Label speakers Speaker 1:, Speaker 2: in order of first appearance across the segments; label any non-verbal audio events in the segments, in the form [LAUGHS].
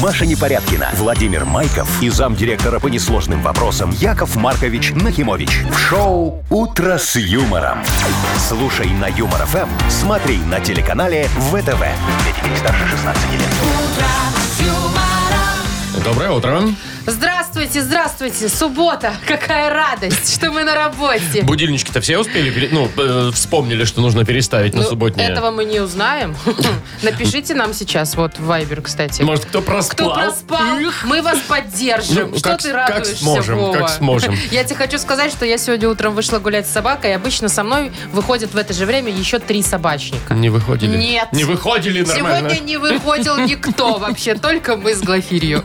Speaker 1: Маша Непорядкина, Владимир Майков и замдиректора по несложным вопросам Яков Маркович Нахимович. В шоу «Утро с юмором». Слушай на Юмор ФМ, смотри на телеканале ВТВ. Для детей старше 16 лет.
Speaker 2: Доброе утро.
Speaker 3: Здравствуйте, здравствуйте. Суббота. Какая радость, что мы на работе.
Speaker 2: Будильнички-то все успели, пере- ну, э, вспомнили, что нужно переставить на
Speaker 3: Ну,
Speaker 2: субботнее.
Speaker 3: Этого мы не узнаем. [LAUGHS] Напишите нам сейчас, вот в Вайбер, кстати.
Speaker 2: Может, кто проспал?
Speaker 3: Кто проспал, мы вас поддержим.
Speaker 2: Ну,
Speaker 3: что
Speaker 2: как-
Speaker 3: ты
Speaker 2: как
Speaker 3: радуешься,
Speaker 2: сможем,
Speaker 3: Вова?
Speaker 2: как сможем.
Speaker 3: [LAUGHS] Я тебе хочу сказать, что я сегодня утром вышла гулять с собакой. и Обычно со мной выходят в это же время еще три собачника.
Speaker 2: Не выходили?
Speaker 3: Нет.
Speaker 2: Не выходили нормально?
Speaker 3: Сегодня не выходил никто вообще, только мы с Глафирью.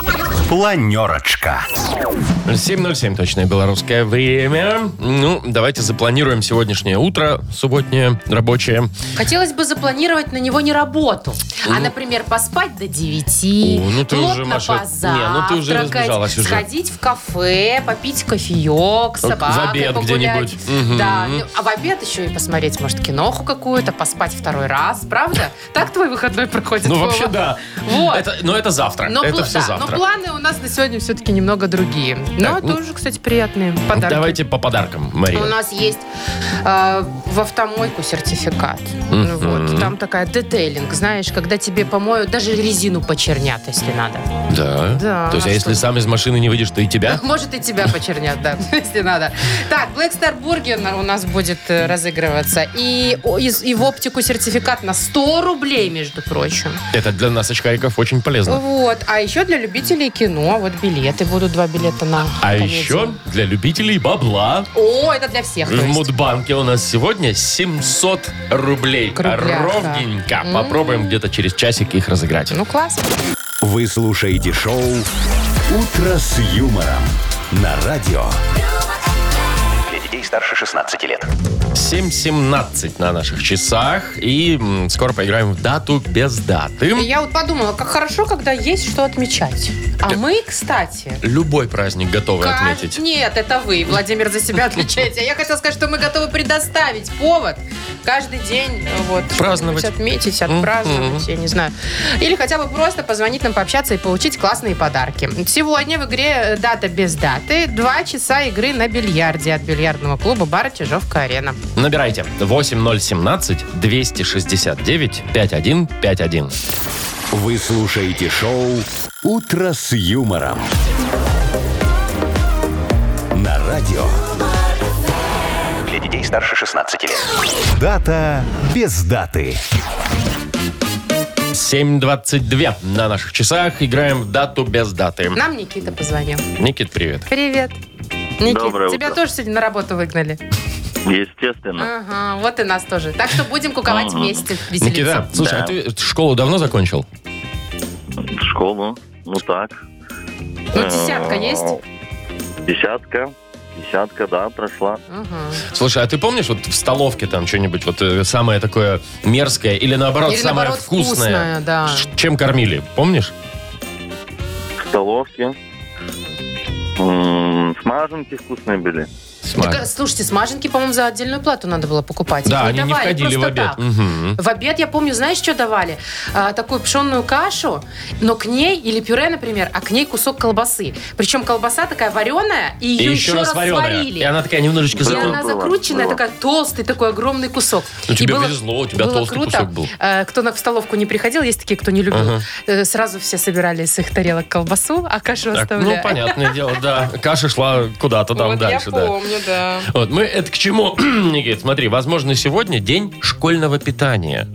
Speaker 1: Планерочка.
Speaker 2: 7.07 точное белорусское время. Ну, давайте запланируем сегодняшнее утро, субботнее, рабочее.
Speaker 3: Хотелось бы запланировать на него не работу, а, например, поспать до 9,
Speaker 2: Ну. О, ну ты уже,
Speaker 3: плотно
Speaker 2: Маша, не, ну ты уже
Speaker 3: позавтракать,
Speaker 2: разбежалась уже. Э,
Speaker 3: сходить в кафе, попить кофеек, с
Speaker 2: В
Speaker 3: собакой
Speaker 2: обед
Speaker 3: погулять.
Speaker 2: где-нибудь. Мгм.
Speaker 3: Да, ну, а в обед еще и посмотреть, может, киноху какую-то, поспать второй раз, правда? Так твой выходной проходит,
Speaker 2: Ну,
Speaker 3: Вова?
Speaker 2: вообще, да.
Speaker 3: Вот.
Speaker 2: Это, но это завтра.
Speaker 3: Но,
Speaker 2: это
Speaker 3: пла-
Speaker 2: все
Speaker 3: да,
Speaker 2: завтра.
Speaker 3: но планы у нас на сегодня все-таки немного другие. Но
Speaker 2: Так, ну,
Speaker 3: тоже, кстати, приятные подарки. Ну,
Speaker 2: Давайте по подаркам, Мария.
Speaker 3: А У нас есть э, в автомойку сертификат. Ну Вот, там такая детейлинг, знаешь, когда тебе помоют, даже резину почернят, если надо. [LAUGHS]
Speaker 2: Да.
Speaker 3: Да,
Speaker 2: То есть, а
Speaker 3: а
Speaker 2: если
Speaker 3: что?
Speaker 2: сам из машины не выйдешь, то и
Speaker 3: [LAUGHS]
Speaker 2: тебя?
Speaker 3: Может, и тебя почернят, да, [LAUGHS] если надо. Так, Black Star Burger у нас будет э, разыгрываться. И, о- из- и в оптику сертификат на 100 рублей, между прочим.
Speaker 2: Это для нас, очкариков, очень полезно.
Speaker 3: Вот. А еще для любителей кино вот билеты будут, два билета на
Speaker 2: А
Speaker 3: комедию.
Speaker 2: еще для любителей бабла
Speaker 3: О, это для всех. то
Speaker 2: В
Speaker 3: есть.
Speaker 2: Мудбанке у нас сегодня 700 рублей.
Speaker 3: Кругляшка.
Speaker 2: Ровненько. Попробуем где-то через часик их разыграть.
Speaker 3: Ну, класс.
Speaker 1: Вы слушаете шоу «Утро с юмором» на радио. Для детей старше 16 лет.
Speaker 2: 7.17 на наших часах. И м, скоро поиграем в дату без
Speaker 3: И
Speaker 2: даты.
Speaker 3: Я вот подумала, как хорошо, когда есть что отмечать. А мы, кстати...
Speaker 2: Любой праздник готовы
Speaker 3: кажд-
Speaker 2: Э, отметить.
Speaker 3: Нет, это вы, Владимир, за себя отвечаете. А я хотела сказать, что мы готовы предоставить повод каждый день э, вот, что-нибудь
Speaker 2: Праздновать.
Speaker 3: отметить, отпраздновать, я не знаю. Или хотя бы просто позвонить нам, пообщаться и получить классные подарки. Сегодня в игре э, «Дата без даты» два часа игры на бильярде от бильярдного клуба бара «Чижовка-арена».
Speaker 2: Набирайте 8017-269-5151.
Speaker 1: Вы слушаете шоу «Утро с юмором» на радио. Для детей старше 16 лет. Дата без даты.
Speaker 2: 7.22 на наших часах. Играем в дату без даты.
Speaker 3: Нам Никита позвонил.
Speaker 2: Никит, привет.
Speaker 3: Привет. Никит,
Speaker 4: Доброе
Speaker 3: тебя
Speaker 4: утро.
Speaker 3: тоже сегодня на работу выгнали?
Speaker 4: Естественно.
Speaker 3: Ага, вот и нас тоже. Так что будем куковать
Speaker 4: Ага.
Speaker 3: вместе,
Speaker 2: Никита,
Speaker 3: веселиться.
Speaker 2: слушай,
Speaker 4: Да.
Speaker 2: а ты школу давно закончил?
Speaker 4: Школу, ну так.
Speaker 3: Ну, десятка
Speaker 4: Э,
Speaker 3: есть?
Speaker 4: Десятка. Десятка, да, прошла.
Speaker 3: Ага.
Speaker 2: Слушай, а ты помнишь вот в столовке там что-нибудь вот э, самое такое мерзкое или наоборот
Speaker 3: Или,
Speaker 2: самое
Speaker 3: наоборот,
Speaker 2: вкусное?
Speaker 3: вкусное, да.
Speaker 2: Ш- Чем кормили? Помнишь?
Speaker 4: В столовке. М, Смаженки вкусные были. [LAUGHS]
Speaker 2: Смак.
Speaker 3: Так, э, слушайте, смаженки, по-моему, за отдельную плату надо было покупать. Их
Speaker 2: Да, они не
Speaker 3: давали
Speaker 2: входили в
Speaker 3: просто
Speaker 2: обед.
Speaker 3: так.
Speaker 2: Мгм.
Speaker 3: В обед, я помню, знаешь, что давали? А, такую пшенную кашу, но к ней, или пюре, например, а к ней кусок колбасы. Причем колбаса такая вареная, и
Speaker 2: И
Speaker 3: ее еще, раз
Speaker 2: вареная.
Speaker 3: сварили.
Speaker 2: И она такая немножечко
Speaker 3: И
Speaker 4: Было,
Speaker 2: закру-
Speaker 3: она
Speaker 4: было,
Speaker 3: закрученная,
Speaker 4: было.
Speaker 3: такая толстый такой огромный кусок.
Speaker 2: Ну,
Speaker 3: И
Speaker 2: тебе
Speaker 3: было-
Speaker 2: повезло, у тебя
Speaker 3: было
Speaker 2: толстый
Speaker 3: круто.
Speaker 2: кусок был.
Speaker 3: Э, Кто на в столовку не приходил, есть такие, кто не любил. Э, Сразу все собирали с их тарелок колбасу, а кашу
Speaker 2: Так, ну,
Speaker 3: оставляли.
Speaker 2: понятное дело, да. Каша шла куда-то там
Speaker 3: Вот
Speaker 2: дальше,
Speaker 3: я
Speaker 2: да.
Speaker 3: помню, да.
Speaker 2: Вот, мы это к чему, [CLEARS THROAT] Никит? Смотри, возможно, сегодня день школьного питания.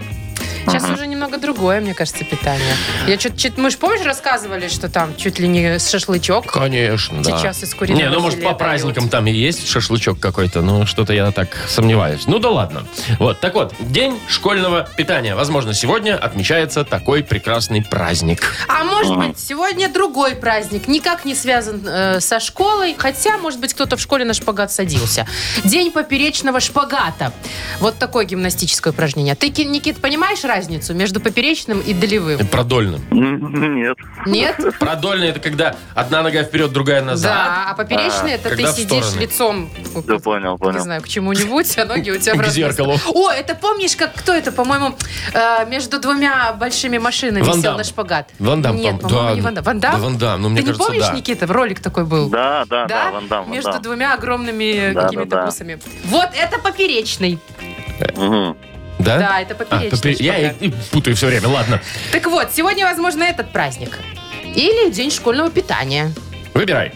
Speaker 3: Сейчас уже немного другое, мне кажется, питание. Я чё-то чит- мы же помнишь рассказывали, что там чуть ли не с шашлычок.
Speaker 2: Конечно, да.
Speaker 3: Сейчас из куриного
Speaker 2: Не, ну может
Speaker 3: филе
Speaker 2: по праздникам
Speaker 3: дают.
Speaker 2: там и есть шашлычок какой-то, но что-то я так сомневаюсь. Ну да ладно. Вот, так вот, день школьного питания. Возможно, сегодня отмечается такой прекрасный праздник.
Speaker 3: А может быть, сегодня другой праздник, никак не связан э, со школой, хотя, может быть, кто-то в школе на шпагат садился. День поперечного шпагата. Вот такое гимнастическое упражнение. Ты, Ки- Никит, понимаешь разницу между между поперечным и долевым?
Speaker 2: Продольным.
Speaker 4: М, Нет.
Speaker 3: Нет?
Speaker 2: Продольный это когда одна нога вперед, другая назад.
Speaker 3: Да, а поперечный
Speaker 4: А,
Speaker 3: это ты
Speaker 2: когда в
Speaker 3: сидишь
Speaker 2: стороны.
Speaker 3: лицом,
Speaker 4: Все понял,
Speaker 3: не
Speaker 4: понял.
Speaker 3: знаю, к чему-нибудь, а ноги у тебя
Speaker 2: [LAUGHS]
Speaker 3: в
Speaker 2: К
Speaker 3: разные
Speaker 2: зеркалу.
Speaker 3: стороны. О, это помнишь, как кто это, по-моему, э, между двумя большими машинами
Speaker 2: Ван
Speaker 3: сел
Speaker 2: Дамм.
Speaker 3: на шпагат?
Speaker 2: Ван Дамм,
Speaker 3: Нет,
Speaker 2: по-моему.
Speaker 3: по-моему,
Speaker 2: Да,
Speaker 3: не Ван Дамм. Ван Дамм?
Speaker 2: да, Ван Дамм, ну, мне
Speaker 3: Ты
Speaker 2: кажется,
Speaker 3: не помнишь,
Speaker 2: да.
Speaker 3: Никита, ролик такой был?
Speaker 4: Да,
Speaker 3: Да?
Speaker 4: да, А, да, Ван Дам, Ван
Speaker 3: Между
Speaker 4: Дам.
Speaker 3: двумя огромными
Speaker 4: Да,
Speaker 3: какими-то
Speaker 4: да, да.
Speaker 3: бусами. Вот это поперечный.
Speaker 4: Мгм.
Speaker 2: Да?
Speaker 3: Да, это поперечный
Speaker 2: А? попе- Я
Speaker 3: шпагат.
Speaker 2: и- и путаю все время, ладно.
Speaker 3: Так вот, сегодня, возможно, этот праздник. Или день школьного питания. [LAUGHS]
Speaker 2: Выбирай.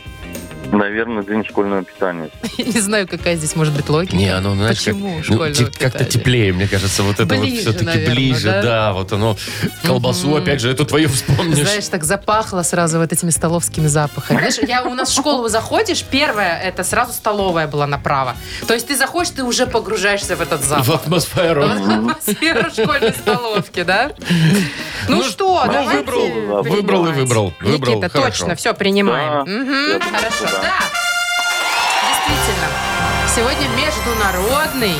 Speaker 4: Наверное, день школьного питания.
Speaker 3: Не знаю, какая здесь может быть логика.
Speaker 2: Не, оно, знаешь,
Speaker 3: Почему
Speaker 2: как, ну,
Speaker 3: школьного
Speaker 2: те- как-то
Speaker 3: питания?
Speaker 2: теплее, мне кажется, вот это вот
Speaker 3: Ближе,
Speaker 2: все-таки
Speaker 3: наверное,
Speaker 2: ближе,
Speaker 3: да?
Speaker 2: да? вот оно, колбасу, опять же, эту твою вспомнишь.
Speaker 3: Знаешь, так запахло сразу вот этими столовскими запахами. Знаешь, я, у нас в школу заходишь, первое, это сразу столовая была направо. То есть ты заходишь, ты уже погружаешься в
Speaker 2: [LAUGHS]
Speaker 3: этот
Speaker 2: в
Speaker 3: запах.
Speaker 2: атмосферу.
Speaker 3: [LAUGHS] Атмосферу школьной столовки, да? Ну
Speaker 2: Ну,
Speaker 3: что,
Speaker 2: ну,
Speaker 3: давайте
Speaker 2: выбрал,
Speaker 3: принимать.
Speaker 2: выбрал и выбрал, выбрал,
Speaker 3: Никита,
Speaker 2: хорошо.
Speaker 3: точно, все, принимаем.
Speaker 4: Да,
Speaker 3: Мгм,
Speaker 4: я думаю,
Speaker 3: Хорошо,
Speaker 4: что да.
Speaker 3: да. Действительно, сегодня международный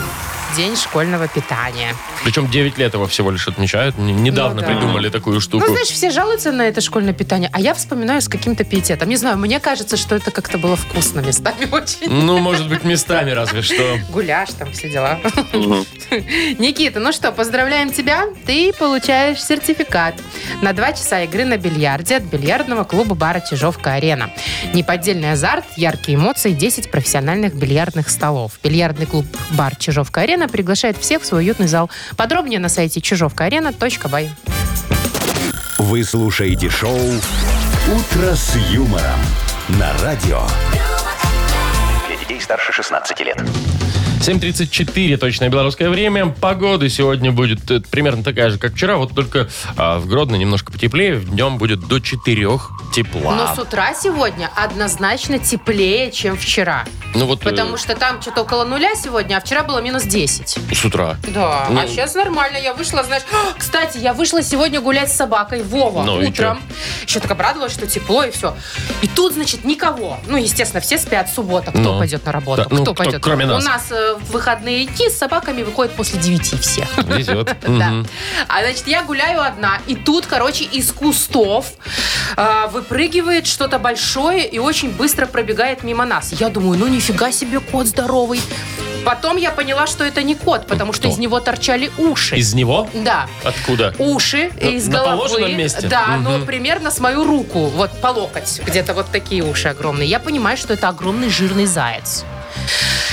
Speaker 3: день школьного питания.
Speaker 2: Причем 9 лет его всего лишь отмечают. Н- Недавно
Speaker 3: да.
Speaker 2: придумали такую штуку.
Speaker 3: Ну, знаешь, [LAUGHS] все жалуются на это школьное питание, а я вспоминаю с каким-то пиететом. Не знаю, мне кажется, что это как-то было вкусно местами [LAUGHS] очень.
Speaker 2: Ну, может быть, местами разве что.
Speaker 3: Гуляш там, все дела.
Speaker 4: Мгм.
Speaker 3: [LAUGHS] Никита, ну что, поздравляем тебя. Ты получаешь сертификат на два часа игры на бильярде от бильярдного клуба бара «Чижовка-арена». Неподдельный азарт, яркие эмоции, 10 профессиональных бильярдных столов. Бильярдный клуб бар «Чижовка-арена» приглашает всех в свой уютный зал. Подробнее на сайте чижовкаарена.бай.
Speaker 1: Вы слушаете шоу «Утро с юмором» на радио. Для детей старше 16 лет.
Speaker 2: 7.34 точное белорусское время. Погода сегодня будет э, примерно такая же, как вчера. Вот только а, в Гродно немножко потеплее. Днем будет до 4
Speaker 3: Но
Speaker 2: тепла.
Speaker 3: с утра сегодня однозначно теплее, чем вчера.
Speaker 2: Ну вот э,
Speaker 3: Потому что там что-то около нуля сегодня, а вчера было минус 10.
Speaker 2: с
Speaker 3: [LAUGHS]
Speaker 2: утра.
Speaker 3: Да,
Speaker 2: Ну.
Speaker 3: а сейчас нормально, я вышла, знаешь... «А, Кстати, я вышла сегодня гулять с собакой, Вова,
Speaker 2: Ну и
Speaker 3: утром. Еще так обрадовалась, что тепло и все. И тут, значит, никого. Ну, естественно, все спят, суббота. Кто
Speaker 2: Ну.
Speaker 3: пойдет на работу?
Speaker 2: Да, ну, кто,
Speaker 3: пойдет?
Speaker 2: кроме нас?
Speaker 3: У нас э, в выходные дни с собаками выходят после девяти все.
Speaker 2: Везет.
Speaker 3: Да.
Speaker 2: Мгм.
Speaker 3: А значит, я гуляю одна, и тут, короче, из кустов а, выпрыгивает что-то большое и очень быстро пробегает мимо нас. Я думаю, ну нифига себе, кот здоровый. Потом я поняла, что это не кот, потому что
Speaker 2: Кто?
Speaker 3: из него торчали уши.
Speaker 2: Из него?
Speaker 3: Да.
Speaker 2: Откуда?
Speaker 3: Уши
Speaker 2: На-
Speaker 3: из
Speaker 2: на
Speaker 3: головы.
Speaker 2: положенном месте?
Speaker 3: Да,
Speaker 2: Мгм.
Speaker 3: но примерно с мою руку, вот по локоть, где-то вот такие уши огромные. Я понимаю, что это огромный жирный заяц.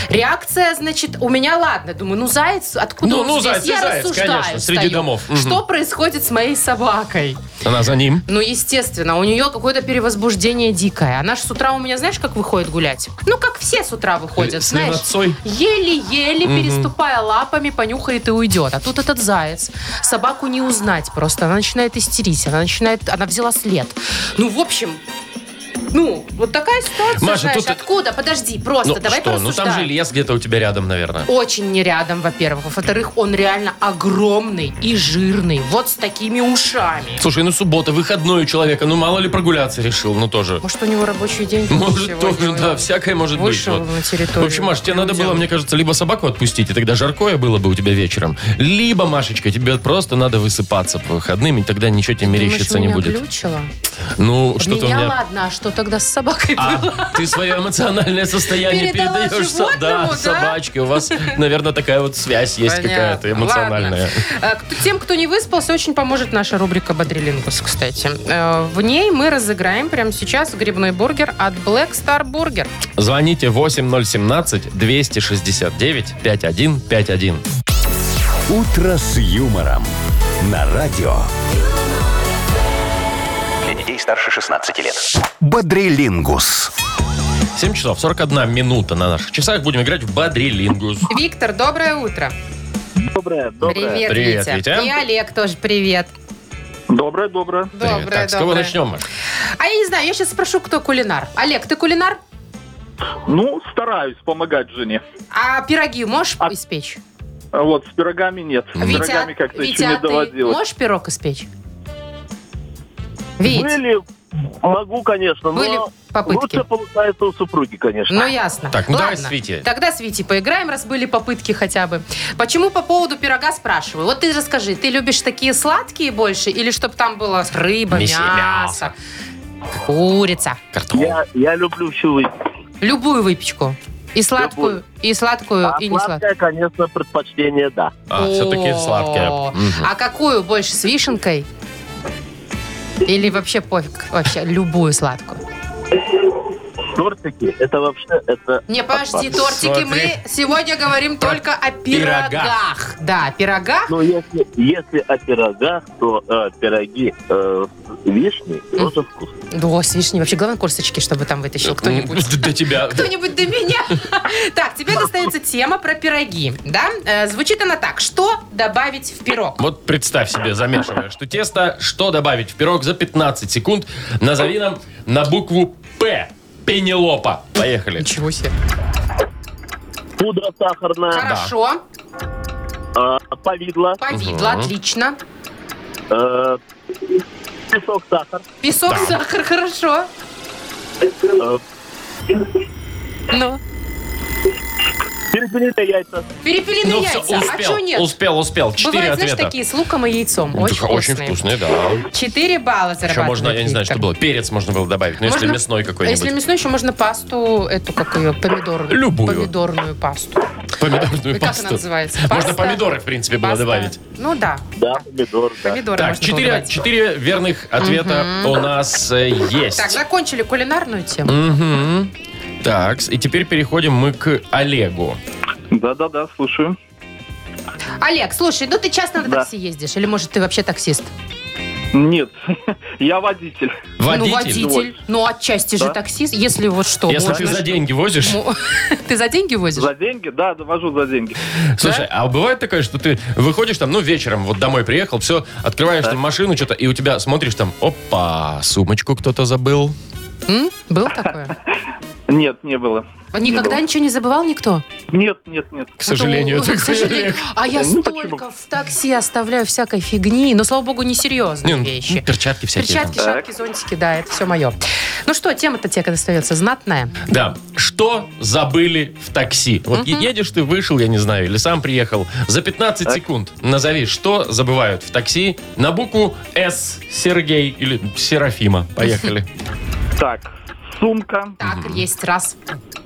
Speaker 3: Реакция, значит, у меня ладно. Думаю, ну заяц, откуда
Speaker 2: Ну,
Speaker 3: он
Speaker 2: ну,
Speaker 3: здесь?
Speaker 2: заяц и
Speaker 3: Я
Speaker 2: заяц,
Speaker 3: рассуждаю,
Speaker 2: конечно, среди
Speaker 3: стою.
Speaker 2: домов. Мгм.
Speaker 3: Что происходит с моей собакой?
Speaker 2: Она за ним.
Speaker 3: Ну, естественно, у нее какое-то перевозбуждение дикое. Она же с утра у меня, знаешь, как выходит гулять? Ну, как все с утра выходят,
Speaker 2: С
Speaker 3: знаешь.
Speaker 2: левацой.
Speaker 3: Еле-еле, переступая лапами, понюхает и уйдет. А тут этот заяц. Собаку не узнать просто. Она начинает истерить. Она начинает... Она взяла след. Ну, в общем... Ну, вот такая ситуация,
Speaker 2: Маша,
Speaker 3: знаешь,
Speaker 2: тут-
Speaker 3: откуда? Подожди, просто,
Speaker 2: ну
Speaker 3: давай
Speaker 2: что, ну там же
Speaker 3: порассуждаем.
Speaker 2: лес где-то у тебя рядом, наверное.
Speaker 3: Очень не рядом, во-первых. Во-вторых, он реально огромный и жирный. Вот с такими ушами.
Speaker 2: Слушай, ну суббота, выходной у человека, ну мало ли прогуляться решил, ну тоже.
Speaker 3: Может, у него рабочий день? был
Speaker 2: Может,
Speaker 3: Ну, сегодня,
Speaker 2: тоже,
Speaker 3: он
Speaker 2: да, всякое может быть.
Speaker 3: Вышел
Speaker 2: вот.
Speaker 3: на территорию.
Speaker 2: В общем, Маш, тебе надо было,
Speaker 3: Людям.
Speaker 2: мне кажется, либо собаку отпустить, и тогда жаркое было бы у тебя вечером, либо, Машечка, тебе просто надо высыпаться по выходным, и тогда ничего тебе
Speaker 3: Думаешь,
Speaker 2: мерещиться не
Speaker 3: меня
Speaker 2: будет.
Speaker 3: глючило?
Speaker 2: Ну, что-то у
Speaker 3: меня,
Speaker 2: меня...
Speaker 3: ладно, а что тогда с собакой было?
Speaker 2: А, ты свое эмоциональное состояние
Speaker 3: Передала
Speaker 2: передаешь со-
Speaker 3: животному, да?
Speaker 2: да, собачке. У вас, наверное, такая вот связь есть
Speaker 3: Понятно.
Speaker 2: какая-то эмоциональная.
Speaker 3: Ладно. Э, кто- Тем, кто не выспался, очень поможет наша рубрика «Бодрилингус», кстати. Э, В ней мы разыграем прямо сейчас грибной бургер от Black Star Burger.
Speaker 2: Звоните 8017-269-5151.
Speaker 1: «Утро с юмором» на радио.
Speaker 5: Для детей старше 16 лет.
Speaker 1: Бодрилингус.
Speaker 2: 7 часов 41 минута на наших часах. Будем играть в Бадрилингус.
Speaker 3: Виктор, доброе утро.
Speaker 4: Доброе, доброе.
Speaker 3: Привет,
Speaker 2: Привет, Витя.
Speaker 3: И Олег тоже привет.
Speaker 4: Доброе, доброе.
Speaker 3: Доброе,
Speaker 2: так, с кого
Speaker 3: доброе.
Speaker 2: начнем, Маш?
Speaker 3: А я не знаю, я сейчас спрошу, кто кулинар. Олег, ты кулинар?
Speaker 4: Ну, стараюсь помогать жене.
Speaker 3: А пироги можешь
Speaker 4: А-
Speaker 3: испечь?
Speaker 4: А Вот, с пирогами нет. С
Speaker 3: Витя, а
Speaker 4: пирогами как-то
Speaker 3: Витя,
Speaker 4: еще не
Speaker 3: а ты
Speaker 4: доводилось.
Speaker 3: можешь пирог испечь? Вить,
Speaker 4: Были,
Speaker 6: Могу, конечно, но
Speaker 3: Были попытки.
Speaker 6: лучше получается у супруги, конечно.
Speaker 3: Ну, ясно.
Speaker 2: Так, ну
Speaker 3: Ладно.
Speaker 2: давай Свите.
Speaker 3: Тогда Свити поиграем, раз были попытки хотя бы. Почему по поводу пирога спрашиваю? Вот ты расскажи, ты любишь такие сладкие больше или чтобы там было рыба,
Speaker 2: Мясо.
Speaker 3: мясо, курица?
Speaker 2: Картон.
Speaker 6: Я, я люблю всю выпечку.
Speaker 3: Любую выпечку. И сладкую, и сладкую,
Speaker 6: А
Speaker 3: Ну, и не сладкую.
Speaker 6: сладкое, конечно, предпочтение, да.
Speaker 2: А, все-таки
Speaker 3: О,
Speaker 2: сладкое. Мгм.
Speaker 3: А какую больше, с вишенкой? Или вообще пофиг, вообще любую сладкую.
Speaker 6: Тортики, это вообще, это...
Speaker 3: Не, подожди,
Speaker 6: отпад.
Speaker 3: тортики,
Speaker 2: Смотри.
Speaker 3: мы сегодня говорим только о
Speaker 2: пирогах.
Speaker 3: пирогах. Да, пирогах.
Speaker 6: Ну, если, если о пирогах, то э, пироги э, с вишней тоже вкусно.
Speaker 3: Да, с вишней. Вообще, главное, косточки, чтобы там вытащил
Speaker 2: [LAUGHS]
Speaker 3: кто-нибудь.
Speaker 2: До тебя.
Speaker 3: Кто-нибудь до меня. Так, тебе достается тема про пироги, да? Э, Звучит она так. Что добавить в пирог?
Speaker 2: Вот представь себе, замешиваешь ты тесто, что добавить в пирог за 15 секунд. Назови нам на букву «П». Пенелопа. Поехали.
Speaker 3: Ничего себе.
Speaker 6: Пудра сахарная,
Speaker 3: Хорошо.
Speaker 6: э, повидло,
Speaker 3: Повидло,
Speaker 2: Мгм.
Speaker 3: отлично.
Speaker 6: э, песок, сахар,
Speaker 3: Песок, сахар, хорошо.
Speaker 6: э,
Speaker 3: Ну.
Speaker 6: перепелиные яйца.
Speaker 3: Перепелиные
Speaker 2: Ну все,
Speaker 3: яйца. а
Speaker 2: успел,
Speaker 3: что нет?
Speaker 2: успел, успел. Четыре
Speaker 3: Бывают,
Speaker 2: ответа.
Speaker 3: знаешь, такие с луком и яйцом. Очень,
Speaker 2: Очень вкусные,
Speaker 3: вкусные.
Speaker 2: да.
Speaker 3: Четыре балла
Speaker 2: Еще
Speaker 3: зарабатывает.
Speaker 2: можно, я не знаю, что
Speaker 3: Виктор.
Speaker 2: было. Перец можно было добавить, ну если
Speaker 3: Можно-
Speaker 2: мясной
Speaker 3: А
Speaker 2: какой-нибудь.
Speaker 3: если мясной, еще можно пасту, эту, как ее, помидорную.
Speaker 2: Любую.
Speaker 3: Помидорную пасту.
Speaker 2: Помидорную
Speaker 3: Как
Speaker 2: пасту.
Speaker 3: она называется?
Speaker 2: Можно
Speaker 3: Паста?
Speaker 2: помидоры, в принципе, было
Speaker 3: Паста.
Speaker 2: добавить.
Speaker 3: Ну да.
Speaker 6: Да, помидор, да.
Speaker 3: Помидоры
Speaker 2: Так,
Speaker 3: можно было
Speaker 2: четыре,
Speaker 3: добавить.
Speaker 2: четыре верных ответа у нас э, есть.
Speaker 3: Так, закончили кулинарную тему.
Speaker 2: Мгм. Так, и теперь переходим мы к Олегу.
Speaker 4: Да-да-да, слушаю.
Speaker 3: Олег, слушай, ну ты часто на
Speaker 4: Да.
Speaker 3: такси ездишь? Или, может, ты вообще таксист?
Speaker 4: Нет, [LAUGHS] я водитель.
Speaker 2: Водитель.
Speaker 3: Ну, водитель. Ну, отчасти же
Speaker 4: Да.
Speaker 3: таксист. Если вот что,
Speaker 2: Если
Speaker 3: можно
Speaker 2: ты за
Speaker 3: же.
Speaker 2: деньги возишь.
Speaker 3: Ну, Ты за деньги возишь?
Speaker 4: За деньги? Да, довожу за деньги.
Speaker 2: Слушай, а бывает такое, что ты выходишь там, ну, вечером, вот домой приехал, все, открываешь там машину, что-то, и у тебя смотришь там, опа, сумочку кто-то забыл.
Speaker 3: М? Было такое?
Speaker 4: Нет, [LAUGHS] не было.
Speaker 3: Никогда
Speaker 4: было.
Speaker 3: ничего не забывал никто?
Speaker 4: Нет, нет, нет.
Speaker 2: К сожалению,
Speaker 3: А то,
Speaker 2: так
Speaker 3: [LAUGHS] к сожалению. А я
Speaker 4: Ну,
Speaker 3: столько
Speaker 4: почему?
Speaker 3: в такси оставляю всякой фигни, но, слава богу, не
Speaker 2: Не,
Speaker 3: серьезные
Speaker 2: ну,
Speaker 3: вещи.
Speaker 2: перчатки всякие. там.
Speaker 3: Перчатки, шапки, зонтики, да, это все мое. Ну что, тема-то тебе достается знатная.
Speaker 2: Да. Что забыли в такси? Вот едешь ты, вышел, я не знаю, или сам приехал. За 15 секунд назови, что забывают в такси на букву «С» Сергей или Серафима. Поехали.
Speaker 3: [LAUGHS]
Speaker 4: Так, сумка,
Speaker 3: Так, есть раз.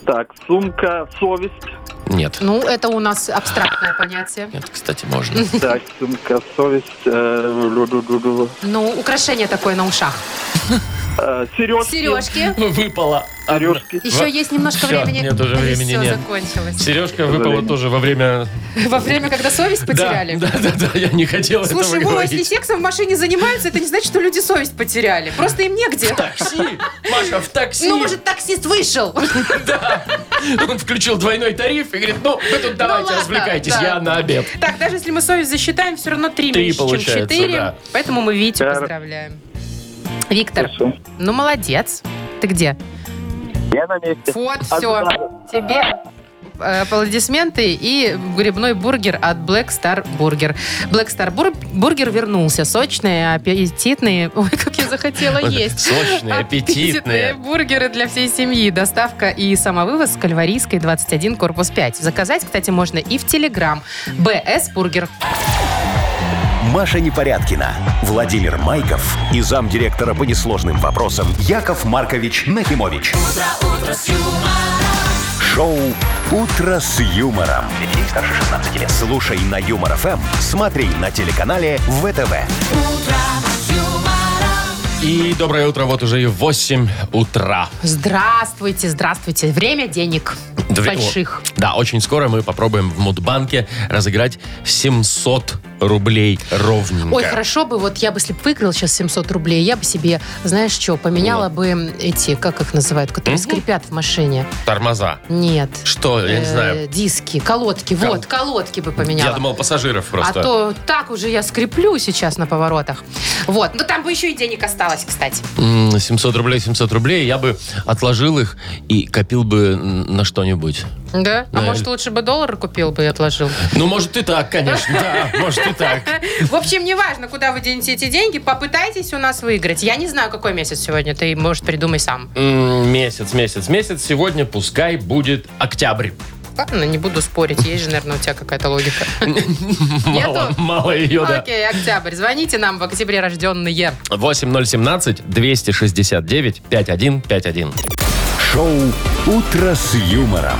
Speaker 4: так, сумка, совесть.
Speaker 2: Нет.
Speaker 3: Ну, это у нас абстрактное понятие.
Speaker 2: Нет, кстати,
Speaker 3: [LAUGHS]
Speaker 2: можно.
Speaker 4: Так, сумка, совесть, э, лу-лу-лу-лу.
Speaker 3: Ну, украшение такое на ушах.
Speaker 4: Э, сережки.
Speaker 3: Сережки.
Speaker 2: Ну, выпало.
Speaker 4: Сережки.
Speaker 2: Во-
Speaker 3: Еще есть немножко
Speaker 2: Всё,
Speaker 3: времени.
Speaker 2: нет, уже времени
Speaker 3: все
Speaker 2: нет.
Speaker 3: закончилось.
Speaker 2: Сережка выпала
Speaker 4: Блин.
Speaker 2: тоже во время...
Speaker 3: Во время, когда совесть потеряли.
Speaker 2: Да, да, да, да, я не хотел
Speaker 3: Слушай,
Speaker 2: этого
Speaker 3: Вова, если
Speaker 2: говорить.
Speaker 3: сексом в машине занимаются, это не значит, что люди совесть потеряли. Просто им негде.
Speaker 2: Такси! Маша, в такси!
Speaker 3: Ну, может, таксист вышел.
Speaker 2: Да. Он включил двойной тариф и говорит, ну, вы тут давайте
Speaker 3: ладно,
Speaker 2: развлекайтесь,
Speaker 3: да.
Speaker 2: я на обед.
Speaker 3: Так, даже если мы совесть засчитаем, все равно три
Speaker 2: Три
Speaker 3: меньше, чем
Speaker 2: получается,
Speaker 3: четыре.
Speaker 2: да.
Speaker 3: Поэтому мы Витю
Speaker 4: Кар-
Speaker 3: поздравляем. Виктор,
Speaker 4: Хорошо.
Speaker 3: ну молодец. Ты где?
Speaker 6: Я на месте.
Speaker 3: Вот, все. Тебе э, аплодисменты и грибной бургер от Black Star Burger. Black Star Bur- Burger вернулся. Сочные, аппетитные. [LAUGHS] Ой, как я захотела есть.
Speaker 2: Сочные, аппетитные.
Speaker 3: бургеры для всей семьи. Доставка и самовывоз с Кальварийской 21, корпус 5. Заказать, кстати, можно и в Телеграм. БС Бургер.
Speaker 1: Маша Непорядкина, Владимир Майков и замдиректора по несложным вопросам Яков Маркович Нахимович. Шоу Утро с юмором. Детей старше 16 лет. Слушай на юмор ФМ, смотри на телеканале ВТВ.
Speaker 2: И доброе утро, вот уже и 8 утра.
Speaker 3: Здравствуйте, здравствуйте. Время денег.
Speaker 2: Две-
Speaker 3: Больших.
Speaker 2: О, Да, очень скоро мы попробуем в Мудбанке разыграть 700 рублей ровненько.
Speaker 3: Ой, хорошо бы, вот я бы, если бы выиграл сейчас 700 рублей, я бы себе, знаешь что, поменяла бы эти, как их называют, которые
Speaker 2: Мгм.
Speaker 3: скрипят в машине.
Speaker 2: Тормоза.
Speaker 3: Нет.
Speaker 2: Что, я не
Speaker 3: Э,
Speaker 2: знаю.
Speaker 3: Диски, колодки,
Speaker 2: Кол-
Speaker 3: вот, колодки бы поменяла.
Speaker 2: Я думал, пассажиров
Speaker 3: а
Speaker 2: просто.
Speaker 3: то так уже я скреплю сейчас на поворотах. Вот. Ну там бы еще и денег осталось, кстати.
Speaker 2: М, 700 рублей, 700 рублей, я бы отложил их и копил бы м, на что-нибудь.
Speaker 3: Да? А
Speaker 2: Да.
Speaker 3: может, лучше бы доллар купил бы и отложил?
Speaker 2: Ну, может и так, конечно, да, может и так.
Speaker 3: В общем, неважно, куда вы денете эти деньги, попытайтесь у нас выиграть. Я не знаю, какой месяц сегодня, ты, может, придумай сам.
Speaker 2: М, Месяц, месяц, месяц. Сегодня пускай будет октябрь.
Speaker 3: Ладно, не буду спорить, есть же, наверное, у тебя какая-то логика.
Speaker 2: Мало,
Speaker 3: Нету?
Speaker 2: мало ее, да.
Speaker 3: Окей, октябрь, звоните нам в октябре рожденные.
Speaker 2: 8017-269-5151.
Speaker 1: Шоу «Утро с юмором»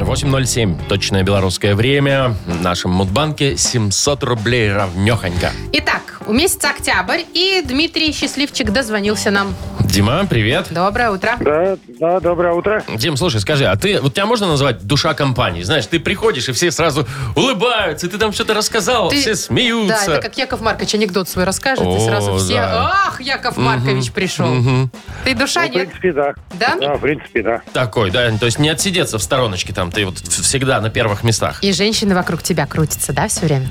Speaker 2: 8.07. Точное белорусское время. В нашем Мудбанке 700 рублей равнехонько.
Speaker 3: Итак, у месяца октябрь, и Дмитрий Счастливчик дозвонился нам.
Speaker 2: Дима, привет.
Speaker 3: Доброе утро.
Speaker 4: Да, да, доброе утро.
Speaker 2: Дим, слушай, скажи, а ты, вот тебя можно назвать душа компании? Знаешь, ты приходишь, и все сразу улыбаются, и ты там что-то рассказал,
Speaker 3: Ты-
Speaker 2: все смеются.
Speaker 3: Да, это как Яков Маркович анекдот свой расскажет, и
Speaker 2: О,
Speaker 3: сразу все,
Speaker 2: да.
Speaker 3: ах, Яков Маркович пришел.
Speaker 2: Мгм.
Speaker 3: Ты душа,
Speaker 4: в
Speaker 3: нет?
Speaker 4: принципе, да.
Speaker 3: Да?
Speaker 4: Да, в принципе, да.
Speaker 2: Такой, да, то есть не отсидеться в стороночке там, ты вот всегда на первых местах.
Speaker 3: И женщины вокруг тебя крутятся, да, все время?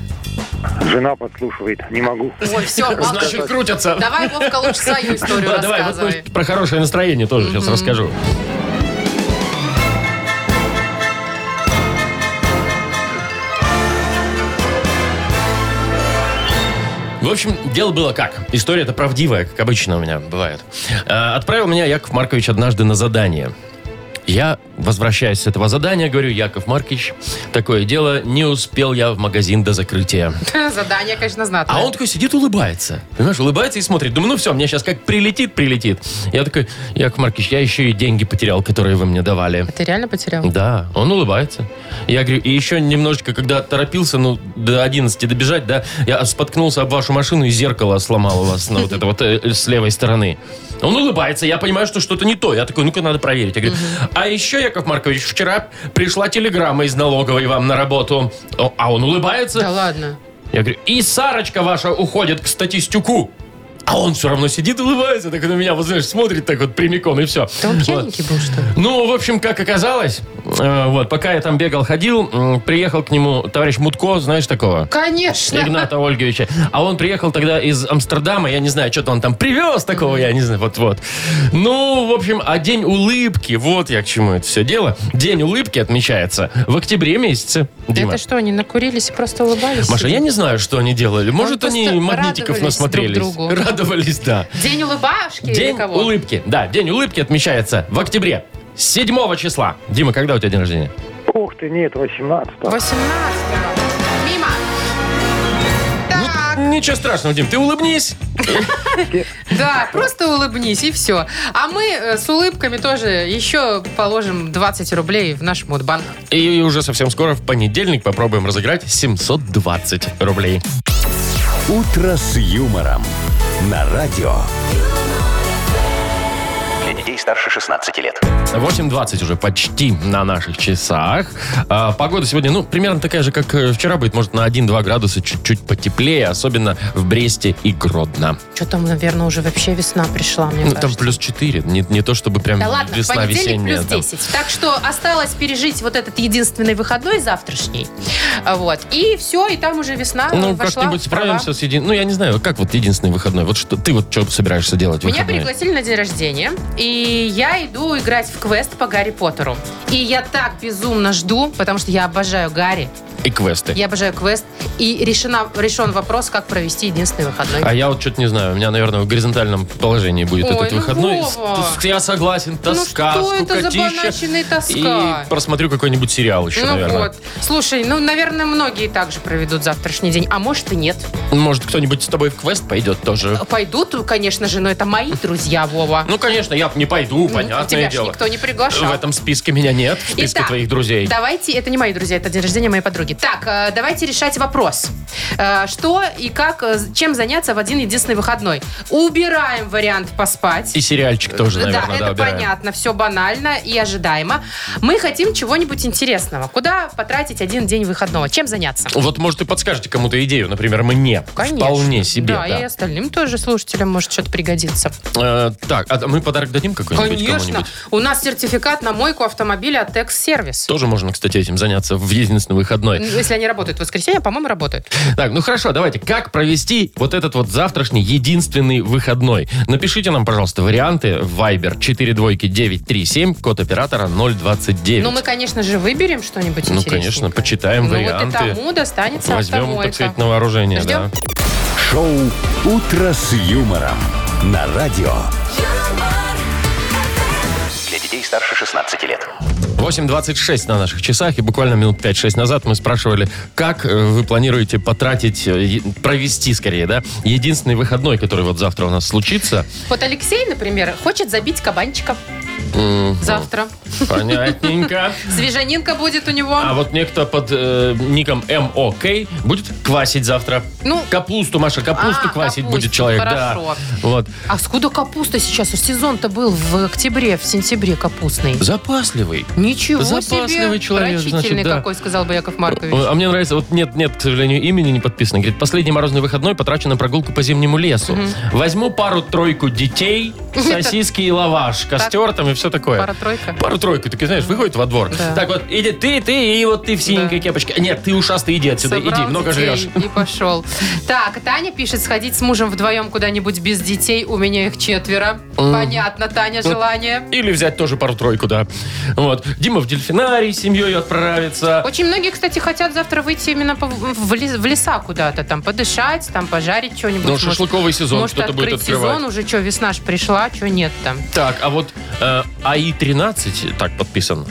Speaker 4: Жена подслушивает, не могу.
Speaker 3: Ой, все,
Speaker 2: Значит, крутятся.
Speaker 3: Давай, Вовка, лучше свою историю
Speaker 2: Да, [LAUGHS] давай, вот
Speaker 3: рассказывай.
Speaker 2: пусть про хорошее настроение тоже сейчас расскажу. В общем, дело было как. История-то правдивая, как обычно у меня бывает. Э, Отправил меня Яков Маркович однажды на задание. Я возвращаюсь с этого задания, говорю, Яков Маркович, такое дело, не успел я в магазин до закрытия.
Speaker 3: [LAUGHS] Задание, конечно, знатное.
Speaker 2: А он такой сидит, улыбается. Понимаешь, улыбается и смотрит. Думаю, ну все, мне сейчас как прилетит, прилетит. Я такой, Яков Маркович, я еще и деньги потерял, которые вы мне давали.
Speaker 3: Ты
Speaker 2: [LAUGHS]
Speaker 3: реально потерял?
Speaker 2: Да, он улыбается. Я говорю, и еще немножечко, когда торопился, ну, до 11 добежать, да, я споткнулся об вашу машину и зеркало сломал у вас, ну, вот это вот э, э, с левой стороны. Он улыбается, я понимаю, что что-то не то. Я такой, ну-ка, надо проверить. Я говорю, а еще, Яков Маркович, вчера пришла телеграмма из налоговой вам на работу. О, А он улыбается.
Speaker 3: Да ладно.
Speaker 2: Я говорю, и Сарочка ваша уходит к статистюку. А он все равно сидит, улыбается, так на меня, вот знаешь, смотрит так вот прямиком, и все.
Speaker 3: Да он пьяненький был, что
Speaker 2: [LAUGHS]
Speaker 3: ли?
Speaker 2: Ну, в общем, как оказалось, э, вот, пока я там бегал, ходил, м, приехал к нему товарищ Мутко, знаешь такого?
Speaker 3: Конечно.
Speaker 2: Игната Ольговича. А он приехал тогда из Амстердама, я не знаю, что-то он там привез такого, я не знаю, вот-вот. Ну, в общем, а день улыбки, вот я к чему это все дело. День улыбки отмечается в октябре месяце, Дима.
Speaker 3: [LAUGHS] Это что, они накурились и просто улыбались?
Speaker 2: Маша, я не знаю, что они делали. Может,
Speaker 3: ну, просто
Speaker 2: они магнитиков
Speaker 3: радовались
Speaker 2: насмотрелись.
Speaker 3: друг другу.
Speaker 2: Радовались, да.
Speaker 3: День улыбашки или
Speaker 2: День
Speaker 3: кого?
Speaker 2: улыбки. Да, день улыбки отмечается в октябре. 7 числа. Дима, когда у тебя день рождения?
Speaker 4: Ух ты, нет, 18
Speaker 3: 18 Мимо. Так,
Speaker 2: Ну, Ничего страшного, Дим, ты улыбнись.
Speaker 3: да, просто улыбнись и все. А мы э, с улыбками тоже еще положим 20 рублей в наш модбанк.
Speaker 2: И уже совсем скоро в понедельник попробуем разыграть 720 рублей.
Speaker 1: «Утро с юмором» на радио.
Speaker 5: Для детей старше 16 лет.
Speaker 2: 8.20 уже почти на наших часах. А, погода сегодня, ну, примерно такая же, как э, вчера будет. Может, на 1-2 градуса чуть-чуть потеплее, особенно в Бресте и Гродно.
Speaker 3: Что там, наверное, уже вообще весна пришла, мне
Speaker 2: Ну,
Speaker 3: кажется.
Speaker 2: там плюс 4, не, не то чтобы прям
Speaker 3: Да ладно, в
Speaker 2: весна
Speaker 3: понедельник
Speaker 2: весенняя.
Speaker 3: плюс
Speaker 2: там.
Speaker 3: 10. Так что осталось пережить вот этот единственный выходной завтрашний. А, Вот. И все, А, и там уже весна
Speaker 2: Ну,
Speaker 3: вошла
Speaker 2: как-нибудь
Speaker 3: в права.
Speaker 2: справимся с един... Ну, я не знаю, как вот единственный выходной? Вот что ты вот что собираешься делать в
Speaker 3: Меня
Speaker 2: выходные?
Speaker 3: пригласили на день рождения, и я иду играть в квест по Гарри Поттеру. И я так безумно жду, потому что я обожаю Гарри,
Speaker 2: И квесты.
Speaker 3: я обожаю квест, и решена, решен вопрос, как провести единственный выходной.
Speaker 2: А я вот что-то не знаю. У меня, наверное, в горизонтальном положении будет
Speaker 3: Ой,
Speaker 2: этот
Speaker 3: ну,
Speaker 2: выходной. С-
Speaker 3: Вова!
Speaker 2: с- Я согласен, тоска,
Speaker 3: ну что это за
Speaker 2: скукотища.
Speaker 3: банальщина и тоска?
Speaker 2: И просмотрю какой-нибудь сериал еще,
Speaker 3: ну
Speaker 2: наверное.
Speaker 3: вот. Слушай, ну, наверное, многие также проведут завтрашний день, а может и нет.
Speaker 2: Может, кто-нибудь с тобой в квест пойдет
Speaker 3: Ну,
Speaker 2: тоже.
Speaker 3: Пойдут, конечно же, но это мои друзья, Вова.
Speaker 2: Ну, конечно, я не пойду,
Speaker 3: Ну,
Speaker 2: понятное
Speaker 3: тебя ж
Speaker 2: дело.
Speaker 3: никто не приглашал.
Speaker 2: В этом списке меня нет, в списке
Speaker 3: Итак,
Speaker 2: твоих друзей.
Speaker 3: Давайте, это не мои друзья, это день рождения моей подруги. Так, э, давайте решать вопрос. Э, Что и как, э, чем заняться в один единственный выходной? Убираем вариант поспать.
Speaker 2: И сериальчик тоже, наверное,
Speaker 3: да, это
Speaker 2: убираем.
Speaker 3: понятно, все банально и ожидаемо. Мы хотим чего-нибудь интересного. Куда потратить один день выходного? Чем заняться?
Speaker 2: Вот, может, и подскажете кому-то идею, например, мне. Вполне себе,
Speaker 3: Да,
Speaker 2: да.
Speaker 3: и остальным тоже слушателям может что-то пригодиться.
Speaker 2: Э, так, а мы подарок дадим какой-нибудь
Speaker 3: Конечно.
Speaker 2: кому-нибудь?
Speaker 3: У нас сертификат на мойку автомобиля от Экс-сервис.
Speaker 2: Тоже можно, кстати, этим заняться в единственный выходной. далее.
Speaker 3: Если они работают в воскресенье, по-моему, работают.
Speaker 2: Так, ну хорошо, давайте. Как провести вот этот вот завтрашний единственный выходной? Напишите нам, пожалуйста, варианты в Viber 42937, код оператора 029.
Speaker 3: Ну, мы, конечно же, выберем что-нибудь
Speaker 2: Ну,
Speaker 3: интересненькое.
Speaker 2: конечно, почитаем
Speaker 3: Ну, вот и
Speaker 2: варианты.
Speaker 3: тому достанется
Speaker 2: Возьмем,
Speaker 3: автомойка.
Speaker 2: так ну. сказать, на вооружение,
Speaker 3: Ждем.
Speaker 2: да.
Speaker 1: Шоу «Утро с юмором» на радио.
Speaker 5: Для детей старше 16 лет.
Speaker 2: 8.26 на наших часах, и буквально минут 5-6 назад мы спрашивали, как э, вы планируете потратить, э, е- провести скорее, да, единственный выходной, который вот завтра у нас случится. [LAUGHS]
Speaker 3: Вот Алексей, например, хочет забить кабанчика
Speaker 2: М,
Speaker 3: завтра.
Speaker 2: Понятненько.
Speaker 3: Свежанинка будет у него.
Speaker 2: А вот некто под э, ником МОК будет квасить завтра.
Speaker 3: Ну.
Speaker 2: капусту, Маша, капусту
Speaker 3: А,
Speaker 2: квасить
Speaker 3: капусту,
Speaker 2: будет человек,
Speaker 3: хорошо.
Speaker 2: да. Вот.
Speaker 3: А скуда капуста сейчас? А Сезон-то был в октябре, в сентябре капустный.
Speaker 2: Запасливый.
Speaker 3: Ничего
Speaker 2: Запасливый
Speaker 3: себе.
Speaker 2: человек, значит,
Speaker 3: Рачительный
Speaker 2: да.
Speaker 3: какой, сказал бы Яков Маркович.
Speaker 2: Э, А мне нравится, вот нет, нет, к сожалению, имени не подписано. Говорит, последний морозный выходной потрачу на прогулку по зимнему лесу. Возьму пару-тройку
Speaker 3: [LAUGHS]
Speaker 2: детей, сосиски и лаваш, костер там и все такое.
Speaker 3: Пара-тройка.
Speaker 2: Пару-тройку, так знаешь, выходит во двор.
Speaker 3: Да.
Speaker 2: Так вот, иди ты, ты, и вот ты в синенькой
Speaker 3: Да.
Speaker 2: кепочке. А, Нет, ты ушастый, иди отсюда,
Speaker 3: Собрал
Speaker 2: иди, много
Speaker 3: детей
Speaker 2: жрешь.
Speaker 3: И пошел. Так, Таня пишет, сходить с мужем вдвоем куда-нибудь без детей. У меня их четверо. Понятно, Таня,
Speaker 2: Ну,
Speaker 3: желание.
Speaker 2: Или взять тоже пару-тройку, да. Вот. Дима в дельфинарий с семьей отправится.
Speaker 3: Очень многие, кстати, хотят завтра выйти именно по- в, лес- в леса куда-то, там подышать, там пожарить что-нибудь.
Speaker 2: Ну,
Speaker 3: Может,
Speaker 2: шашлыковый сезон
Speaker 3: может,
Speaker 2: кто-то будет
Speaker 3: открыть
Speaker 2: открывать.
Speaker 3: сезон уже, что, весна ж пришла, что нет там.
Speaker 2: Так, а вот э, АИ-13, так подписан,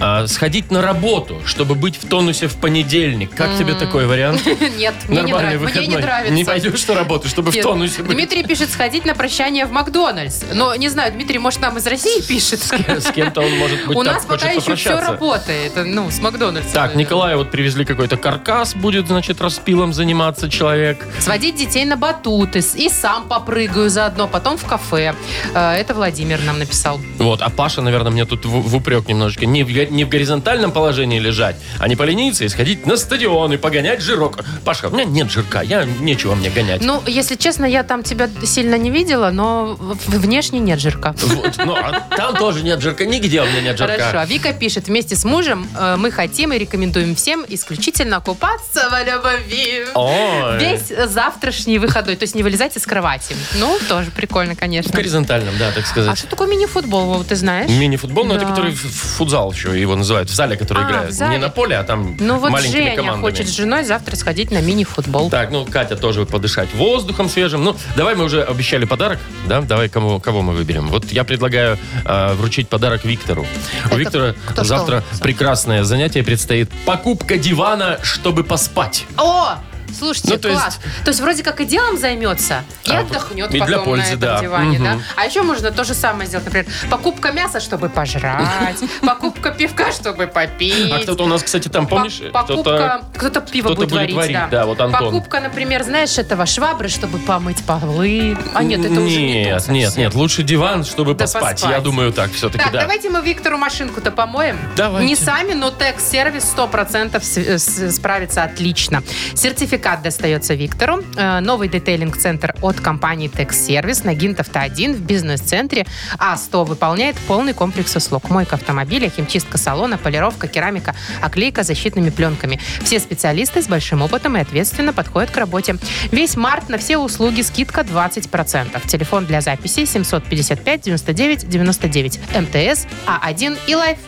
Speaker 2: а, сходить на работу, чтобы быть в тонусе в понедельник. Как тебе такой вариант?
Speaker 3: [LAUGHS] Нет, мне не
Speaker 2: Нормальный
Speaker 3: нравится. Мне не
Speaker 2: выходной.
Speaker 3: нравится.
Speaker 2: Не пойдешь на работу, чтобы в
Speaker 3: Нет.
Speaker 2: тонусе быть.
Speaker 3: Дмитрий пишет сходить на прощание в Макдональдс. Но не знаю, Дмитрий, может, нам
Speaker 2: [LAUGHS]
Speaker 3: из России пишет?
Speaker 2: [LAUGHS] С кем-то он, может быть,
Speaker 3: У
Speaker 2: так
Speaker 3: нас пока
Speaker 2: хочет
Speaker 3: еще все
Speaker 2: попрощаться.
Speaker 3: работает. Ну, с Макдональдсом.
Speaker 2: Так, Николаю вот привезли какой-то каркас, будет, значит, распилом заниматься человек.
Speaker 3: Сводить детей на батуты с- и сам попрыгаю заодно, потом в кафе. Э, Это Владимир нам написал.
Speaker 2: Вот, а Паша, наверное, мне тут в, в упрек немножечко. Не в, го- не в горизонтальном положении лежать, а не полениться и сходить на стадион и погонять жирок. Пашка, у меня нет жирка, я нечего мне гонять.
Speaker 3: Ну, если честно, я там тебя сильно не видела, но в- внешне нет жирка.
Speaker 2: Вот, ну, а там тоже нет жирка, нигде у меня нет жирка.
Speaker 3: Хорошо. А Вика пишет, вместе с мужем э, мы хотим и рекомендуем всем исключительно купаться в любви.
Speaker 2: Ой.
Speaker 3: Весь завтрашний выходной. То есть не вылезайте с кровати. Ну, тоже прикольно,
Speaker 2: В
Speaker 3: конечно.
Speaker 2: горизонтальном, да, так
Speaker 3: А
Speaker 2: сказать.
Speaker 3: что такое мини-футбол, Вов, ты знаешь?
Speaker 2: Мини-футбол, но это
Speaker 3: Да.
Speaker 2: который в- в футзал еще его называют, в зале, который
Speaker 3: А, в
Speaker 2: играют.
Speaker 3: зале.
Speaker 2: Не на поле, а там
Speaker 3: Ну вот
Speaker 2: маленькими
Speaker 3: Женя
Speaker 2: командами.
Speaker 3: хочет с женой завтра сходить на мини-футбол.
Speaker 2: Так, ну, Катя тоже подышать воздухом свежим. Ну, давай мы уже обещали подарок, да? Давай кому, кого мы выберем. Вот я предлагаю э, вручить подарок Виктору. У
Speaker 3: Это
Speaker 2: Виктора
Speaker 3: кто
Speaker 2: завтра
Speaker 3: что?
Speaker 2: прекрасное занятие предстоит. Покупка дивана, чтобы поспать.
Speaker 3: О! Слушайте,
Speaker 2: Ну, то
Speaker 3: класс. То есть вроде как и делом займется, и
Speaker 2: А,
Speaker 3: отдохнет
Speaker 2: и для
Speaker 3: потом
Speaker 2: пользы,
Speaker 3: на этом
Speaker 2: да.
Speaker 3: диване. Да?
Speaker 2: Мгм.
Speaker 3: А еще можно то же самое сделать, например, покупка мяса, чтобы
Speaker 2: [LAUGHS]
Speaker 3: пожрать, покупка пивка, чтобы попить.
Speaker 2: А кто-то у нас, кстати, там,
Speaker 3: По-
Speaker 2: помнишь? э,
Speaker 3: Покупка...
Speaker 2: Кто-то...
Speaker 3: Кто-то пиво
Speaker 2: кто-то
Speaker 3: будет
Speaker 2: будет
Speaker 3: варить,
Speaker 2: варить,
Speaker 3: да.
Speaker 2: да, вот Антон.
Speaker 3: Покупка, например, знаешь, этого швабры, чтобы помыть полы. А нет, это уже не то
Speaker 2: Нет,
Speaker 3: совсем.
Speaker 2: нет, нет, лучше диван, чтобы
Speaker 3: Да
Speaker 2: поспать. Я
Speaker 3: поспать.
Speaker 2: думаю, так все-таки,
Speaker 3: Так,
Speaker 2: да.
Speaker 3: давайте мы Виктору машинку-то помоем.
Speaker 2: Давайте.
Speaker 3: Не сами, но текст-сервис 100% с- э, с- справится отлично. Сертификат достается Виктору. Э, Новый детейлинг-центр от компании Текс-сервис на Гинтовта 1 в бизнес-центре А100 выполняет полный комплекс услуг. Мойка автомобиля, химчистка салона, полировка, керамика, оклейка защитными пленками. Все специалисты с большим опытом и ответственно подходят к работе. Весь март на все услуги скидка 20%. Телефон для записи 755-99-99. МТС, А1 А и Лайф.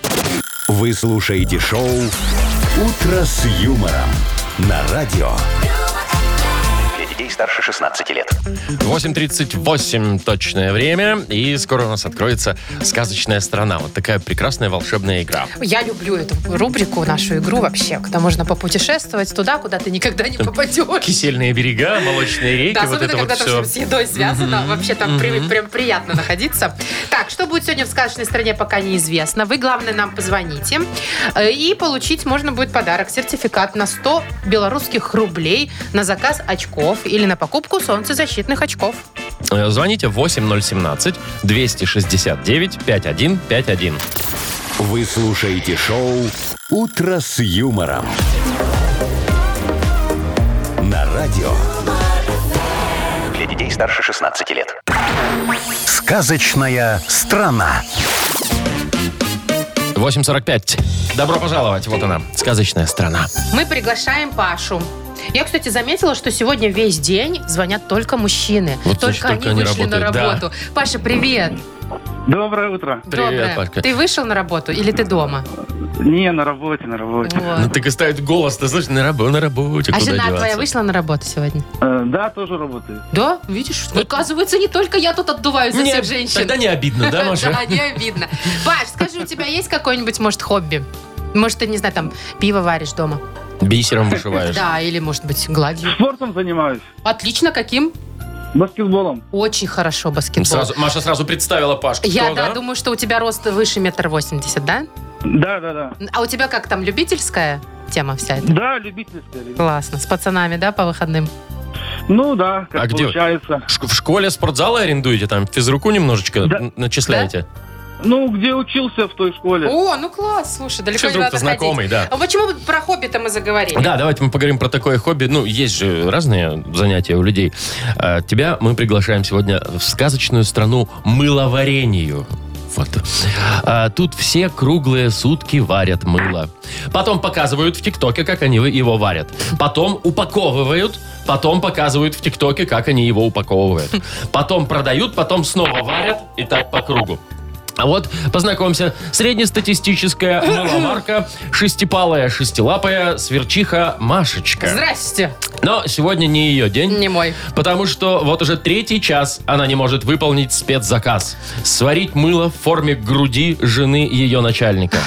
Speaker 1: Вы слушаете шоу «Утро с юмором» на радио.
Speaker 5: Для детей старше 16 лет.
Speaker 2: 8.38 точное время, и скоро у нас откроется «Сказочная страна». Вот такая прекрасная волшебная игра.
Speaker 3: Я люблю эту рубрику, нашу игру вообще, когда можно попутешествовать туда, куда ты никогда не попадешь.
Speaker 2: Кисельные берега, молочные реки,
Speaker 3: Да,
Speaker 2: вот
Speaker 3: особенно
Speaker 2: это вот
Speaker 3: когда там
Speaker 2: все.
Speaker 3: что-то с едой связано. Вообще там при- прям приятно находиться. Так, что будет сегодня в сказочной стране, пока неизвестно. Вы, главное, нам позвоните. Э, И получить можно будет подарок. Сертификат на 100 белорусских рублей на заказ очков или на покупку солнцезащитных очков.
Speaker 2: Э, Звоните 8017-269-5151.
Speaker 1: Вы слушаете шоу «Утро с юмором» на радио.
Speaker 5: Для детей старше 16 лет.
Speaker 1: «Сказочная страна».
Speaker 2: 8.45. Добро пожаловать. Вот она, сказочная страна.
Speaker 3: Мы приглашаем Пашу. Я, кстати, заметила, что сегодня весь день звонят только мужчины.
Speaker 2: Вот,
Speaker 3: только,
Speaker 2: значит, только
Speaker 3: они
Speaker 2: они
Speaker 3: вышли на
Speaker 2: работают, да.
Speaker 3: работу. Паша, привет.
Speaker 7: Доброе утро.
Speaker 2: Привет,
Speaker 3: Доброе.
Speaker 2: Пашка.
Speaker 3: Ты вышел на работу или ты дома?
Speaker 7: Не, на работе, на работе.
Speaker 2: Ну,
Speaker 3: Вот.
Speaker 2: так и ставит голос, ты слышишь, на, рабо- на работе.
Speaker 3: А
Speaker 2: куда
Speaker 3: жена
Speaker 2: деваться?
Speaker 3: твоя вышла на работу сегодня?
Speaker 7: Э, Да, тоже работаю.
Speaker 3: Да, видишь, оказывается, не только я тут отдуваюсь за
Speaker 2: Не,
Speaker 3: всех женщин.
Speaker 2: Ну, Тогда не обидно, да, Маша?
Speaker 3: [LAUGHS] Да, не обидно. Паш, скажи, у тебя есть какое-нибудь, может, хобби? Может, ты, не знаю, там, пиво варишь дома?
Speaker 2: Бисером вышиваешь.
Speaker 3: Да, или, может быть, гладью.
Speaker 7: Спортом занимаюсь,
Speaker 3: Отлично, каким?
Speaker 7: баскетболом.
Speaker 3: Очень хорошо баскетбол.
Speaker 2: Ну, Сразу, Маша сразу представила Пашку.
Speaker 3: Я,
Speaker 2: Кто,
Speaker 3: да,
Speaker 2: да?
Speaker 3: думаю, что у тебя рост выше метр восемьдесят, да?
Speaker 7: Да, да, да.
Speaker 3: А у тебя как там, любительская тема вся эта?
Speaker 7: Да, любительская. ребят.
Speaker 3: Классно, с пацанами, да, по выходным?
Speaker 7: Ну да, как
Speaker 2: А где?
Speaker 7: получается.
Speaker 2: Ш- В школе спортзалы арендуете, там физруку немножечко
Speaker 7: Да.
Speaker 2: н- начисляете.
Speaker 7: Ну, где учился в той школе.
Speaker 3: О, ну класс, слушай, далеко не
Speaker 2: Физрук-то
Speaker 3: надо ходить.
Speaker 2: знакомый, да.
Speaker 3: А почему мы про хобби-то мы заговорили?
Speaker 2: Да, давайте мы поговорим про такое хобби. Ну, есть же разные занятия у людей. А, Тебя мы приглашаем сегодня в сказочную страну мыловарению. Вот. А, тут все круглые сутки варят мыло. Потом показывают в ТикТоке, как они его варят. Потом упаковывают. Потом показывают в ТикТоке, как они его упаковывают. Потом продают, потом снова варят. И так по кругу. А вот, познакомься,
Speaker 3: [LAUGHS]
Speaker 2: среднестатистическая маломарка, шестипалая, шестилапая, сверчиха Машечка.
Speaker 3: Здрасте,
Speaker 2: Но сегодня не ее день.
Speaker 3: не мой.
Speaker 2: Потому что вот уже третий час она не может выполнить спецзаказ. Сварить мыло в форме груди жены ее начальника.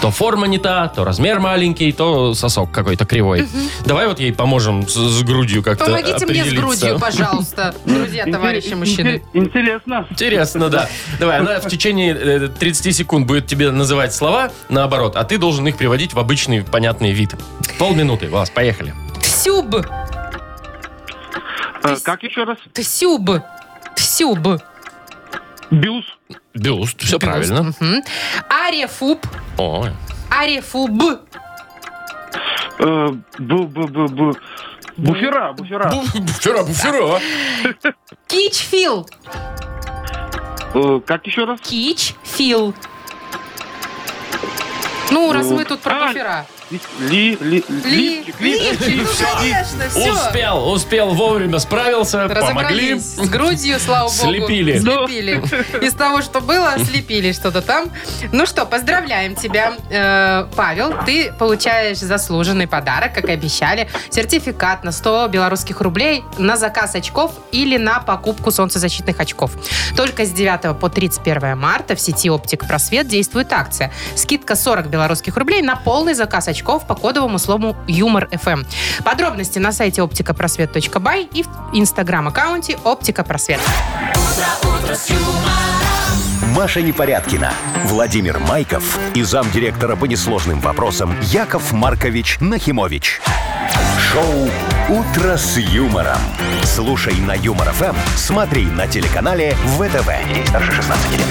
Speaker 2: То форма не та, то размер маленький, то сосок какой-то кривой. Давай вот ей поможем с, с грудью как-то
Speaker 3: Помогите мне с
Speaker 2: определиться.
Speaker 3: грудью, пожалуйста, друзья,
Speaker 7: Интерес-
Speaker 3: товарищи мужчины.
Speaker 7: интерес- Интересно.
Speaker 2: Интересно, да. Давай, она в течение э, 30 секунд будет тебе называть слова наоборот, а ты должен их приводить в обычный понятный вид. Полминуты, Вас, поехали.
Speaker 3: Тсюб,
Speaker 7: Э, Как еще раз?
Speaker 3: тсюб, тсюб.
Speaker 7: Бюс.
Speaker 2: Бюст, все правильно.
Speaker 3: Мгм. Арефуб,
Speaker 2: О,
Speaker 3: арефуб.
Speaker 7: Э, бу- бу- бу- бу- Буфера, буфера.
Speaker 2: бу- буфера, буфера.
Speaker 3: Кичфил,
Speaker 7: Э, Как еще раз?
Speaker 3: кичфил. Ну, раз мы тут про
Speaker 7: А,
Speaker 3: буфера.
Speaker 7: Ли, ли, ли,
Speaker 3: Ли-
Speaker 7: лифчик, лифчик.
Speaker 3: Лифчик, ну, конечно, все.
Speaker 2: Успел, успел, вовремя справился, помогли.
Speaker 3: Разобрались с грудью, слава богу.
Speaker 2: Слепили.
Speaker 3: Слепили. Из того, что было, слепили что-то там. Ну что, поздравляем тебя, э, Павел. Ты получаешь заслуженный подарок, как и обещали. Сертификат на 100 белорусских рублей на заказ очков или на покупку солнцезащитных очков. Только с 9 по 31 марта в сети «Оптик Просвет» действует акция. Скидка 40 белорусских рублей на полный заказ очков по кодовому слову «Юмор ФМ». Подробности на сайте оптикапросвет.бай и в инстаграм-аккаунте «Оптика Просвет».
Speaker 1: Маша Непорядкина, Владимир Майков и замдиректора по несложным вопросам Яков Маркович Нахимович. Шоу «Утро с юмором». Слушай на Юмор ФМ, смотри на телеканале ВТВ. Ей старше 16 лет.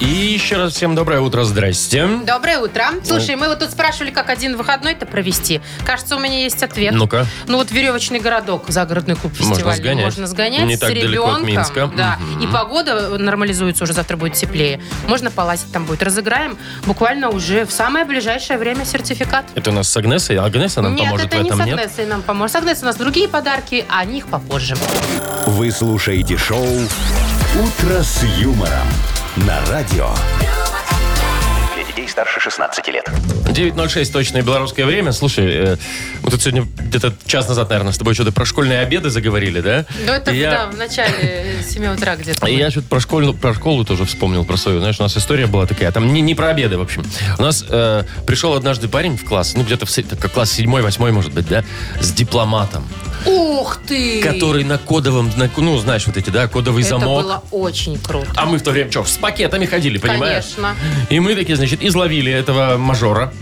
Speaker 2: И еще раз всем доброе утро, здрасте.
Speaker 3: Доброе утро.
Speaker 2: Ну.
Speaker 3: Слушай, мы вот тут спрашивали, как один выходной-то провести. Кажется, у меня есть ответ.
Speaker 2: Ну-ка.
Speaker 3: Ну вот веревочный городок, загородный клуб
Speaker 2: Можно
Speaker 3: фестиваля.
Speaker 2: сгонять.
Speaker 3: Можно сгонять
Speaker 2: Не
Speaker 3: с
Speaker 2: так далеко от
Speaker 3: ребенком.
Speaker 2: Минска.
Speaker 3: Да.
Speaker 2: Мгм.
Speaker 3: И погода нормализуется уже, завтра будет теплее. Можно полазить там будет. Разыграем буквально уже в самое ближайшее время сертификат.
Speaker 2: Это у нас с Агнесой. Агнеса нам
Speaker 3: нет,
Speaker 2: поможет
Speaker 3: это
Speaker 2: в
Speaker 3: не с
Speaker 2: этом, нет?
Speaker 3: Агнесой нам поможет. С Агнесой у нас другие подарки, а о них попозже.
Speaker 1: Вы слушаете шоу «Утро с юмором» на радио.
Speaker 5: Для детей старше 16 лет.
Speaker 2: 9.06 точное белорусское время. Слушай, э, мы тут сегодня где-то час назад, наверное, с тобой что-то про школьные обеды заговорили, да?
Speaker 3: Ну это
Speaker 2: И я-
Speaker 3: да, в начале 7 утра где-то.
Speaker 2: И А я что-то про школу, про школу тоже вспомнил, про свою. Знаешь, у нас история была такая, там не, не про обеды, в общем. У нас э, пришел однажды парень в класс, ну, где-то в се- как класс седьмой, восьмой, может быть, да, с дипломатом,
Speaker 3: Ух ты!
Speaker 2: который на кодовом, на- ну, знаешь, вот эти, да, кодовый
Speaker 3: это
Speaker 2: замок.
Speaker 3: было очень круто.
Speaker 2: А мы в то время что, с пакетами ходили, понимаешь?
Speaker 3: Конечно.
Speaker 2: И мы такие, значит, изловили этого мажора.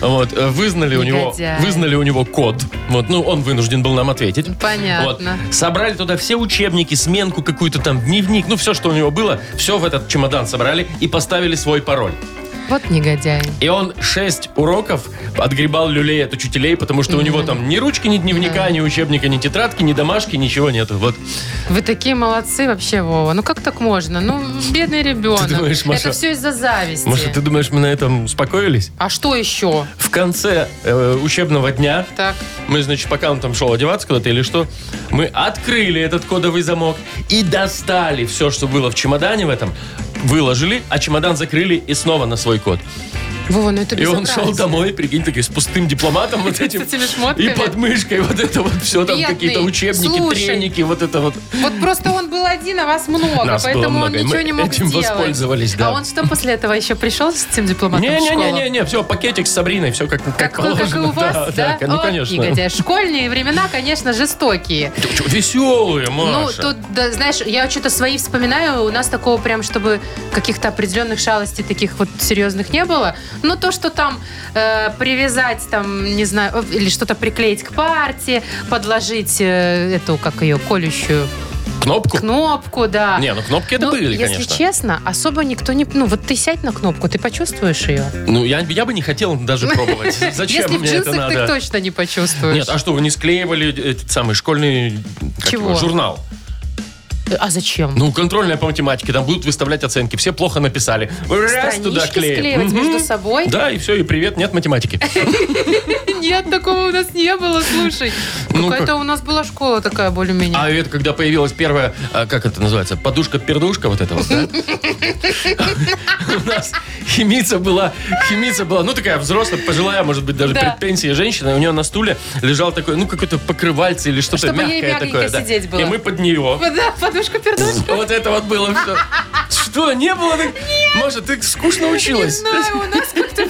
Speaker 2: Вот, э, вызнали у, него,
Speaker 3: Негодяй.
Speaker 2: вызнали у него код. Вот, ну, он вынужден был нам ответить.
Speaker 3: Понятно.
Speaker 2: Вот. Собрали туда все учебники, сменку какую-то там, дневник, ну, все, что у него было, все в этот чемодан собрали и поставили свой пароль.
Speaker 3: Вот негодяи.
Speaker 2: И он 6 уроков отгребал люлей от учителей, потому что у него там ни ручки, ни дневника, ни учебника, ни тетрадки, ни домашки, ничего нету. Вот
Speaker 3: Вы такие молодцы вообще, Вова. Ну как так можно? Ну, бедный ребенок.
Speaker 2: Ты думаешь, Маша-
Speaker 3: Это все из-за зависти.
Speaker 2: Маша, ты думаешь, мы на этом успокоились?
Speaker 3: А что еще?
Speaker 2: В конце э, учебного дня
Speaker 3: Так,
Speaker 2: мы, значит, пока он там шел одеваться куда-то или что, мы открыли этот кодовый замок и достали все, что было в чемодане в этом, выложили, а чемодан закрыли и снова на свой код.
Speaker 3: Вова, ну это
Speaker 2: И он шел
Speaker 3: безобразие.
Speaker 2: домой, прикинь, такой с пустым дипломатом вот этим.
Speaker 3: С этими шмотками.
Speaker 2: И под мышкой вот это вот все, там
Speaker 3: Бедный.
Speaker 2: какие-то учебники,
Speaker 3: Слушай.
Speaker 2: треники, вот это вот.
Speaker 3: Вот просто он был один, а вас много,
Speaker 2: Нас было
Speaker 3: поэтому он
Speaker 2: много, и мы
Speaker 3: ничего не мог
Speaker 2: этим
Speaker 3: делать.
Speaker 2: воспользовались, да.
Speaker 3: А он что после этого еще пришел с этим дипломатом в школу?
Speaker 2: Не-не-не-не, все, пакетик с Сабриной, все как, как,
Speaker 3: Как,
Speaker 2: положено.
Speaker 3: как и у вас, да?
Speaker 2: ну,
Speaker 3: О,
Speaker 2: конечно.
Speaker 3: негодяй. Школьные времена, конечно, жестокие.
Speaker 2: Веселые,
Speaker 3: Ну,
Speaker 2: Маша.
Speaker 3: тут, да, знаешь, я что-то свои вспоминаю, у нас такого прям, чтобы каких-то определенных шалостей таких вот серьезных не было. Но то, что там э, привязать, там, не знаю, э, или что-то приклеить к парте, подложить э, эту, как ее, колющую
Speaker 2: Кнопку?
Speaker 3: кнопку, да.
Speaker 2: Не, ну кнопки это
Speaker 3: Ну,
Speaker 2: были,
Speaker 3: если
Speaker 2: конечно.
Speaker 3: честно, особо никто не... Ну, вот ты сядь на кнопку, ты почувствуешь ее.
Speaker 2: Ну, я, я бы не хотел даже пробовать. Зачем
Speaker 3: Ну, Если в
Speaker 2: мне это
Speaker 3: джинсах, ты
Speaker 2: надо?
Speaker 3: точно не почувствуешь.
Speaker 2: Нет, а что, вы не склеивали этот самый школьный как
Speaker 3: Чего?
Speaker 2: его, журнал?
Speaker 3: А зачем?
Speaker 2: Ну, контрольная по математике, там будут выставлять оценки. Все плохо написали. Раз
Speaker 3: Странички
Speaker 2: туда клеим.
Speaker 3: склеивать
Speaker 2: Мгм.
Speaker 3: между собой?
Speaker 2: Да, и все, и привет, нет математики.
Speaker 3: Нет, такого у нас не было, слушай.
Speaker 2: Ну,
Speaker 3: Какая-то у нас была школа такая более-менее.
Speaker 2: А это когда появилась первая, а, как это называется, подушка-пердушка вот эта вот, да? У нас химица была, химица была, ну такая взрослая, пожилая, может быть, даже
Speaker 3: Да.
Speaker 2: предпенсия женщина, и у нее на стуле лежал такой, ну какой-то покрывальце или что-то
Speaker 3: Чтобы ей
Speaker 2: мягкое
Speaker 3: мягонько
Speaker 2: такое. да.
Speaker 3: сидеть было.
Speaker 2: И мы под нее.
Speaker 3: Да, подушка пердушка.
Speaker 2: Вот это вот было все. Что, не было так? Маша, ты скучно
Speaker 3: Не
Speaker 2: училась.
Speaker 3: знаю, у нас как-то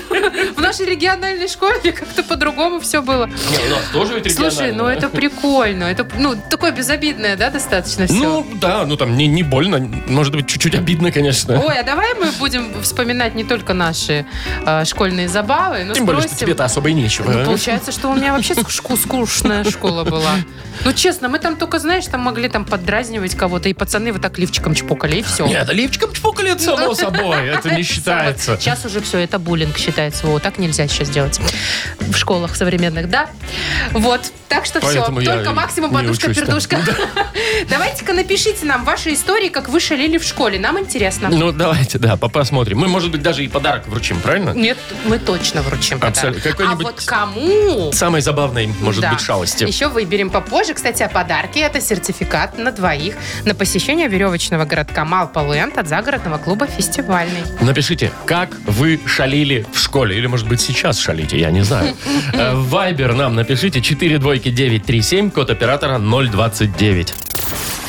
Speaker 3: в нашей региональной школе как-то по-другому все было.
Speaker 2: Не, у нас тоже ведь
Speaker 3: Слушай,
Speaker 2: регионально,
Speaker 3: ну
Speaker 2: да.
Speaker 3: это прикольно. Это, ну, такое безобидное, да, достаточно все.
Speaker 2: Ну, да, ну там не, не больно, может быть, чуть-чуть обидно, конечно.
Speaker 3: Ой, а давай мы будем вспоминать не только наши э, школьные забавы, но
Speaker 2: Тем более, что
Speaker 3: спросим.
Speaker 2: тебе-то особо и нечего. а?
Speaker 3: Ну, получается, что у меня вообще ску- скучная школа была. Ну, честно, мы там только, знаешь, там могли там поддразнивать кого-то, и пацаны вот так лифчиком чпокали, и все.
Speaker 2: Нет, лифчиком чпокали, это само собой, это не считается.
Speaker 3: Сейчас уже все, это буллинг считается. Вот так нельзя сейчас делать в школах современных, да? Вот, так что все.
Speaker 2: Поэтому я
Speaker 3: Только максимум
Speaker 2: не учусь там.
Speaker 3: подушка-пердушка. [LAUGHS] Давайте-ка напишите нам ваши истории, как вы шалили в школе. Нам интересно.
Speaker 2: Ну, давайте, да, по- посмотрим. Мы, может быть, даже и подарок вручим, правильно?
Speaker 3: Нет, мы точно вручим подарок.
Speaker 2: Абсолютно.
Speaker 3: А
Speaker 2: Какой-нибудь-
Speaker 3: вот кому?
Speaker 2: Самой забавной, может
Speaker 3: Да.
Speaker 2: быть, шалости.
Speaker 3: Еще выберем попозже, кстати, о подарке. Это сертификат на двоих на посещение веревочного городка Малполэнд от загородного клуба «Фестивальный».
Speaker 2: Напишите, как вы шалили в школе. Или, может быть, сейчас шалите, я не
Speaker 3: [LAUGHS]
Speaker 2: знаю. Э, в Вайбер нам напишите 4 двойки 937, код оператора 029.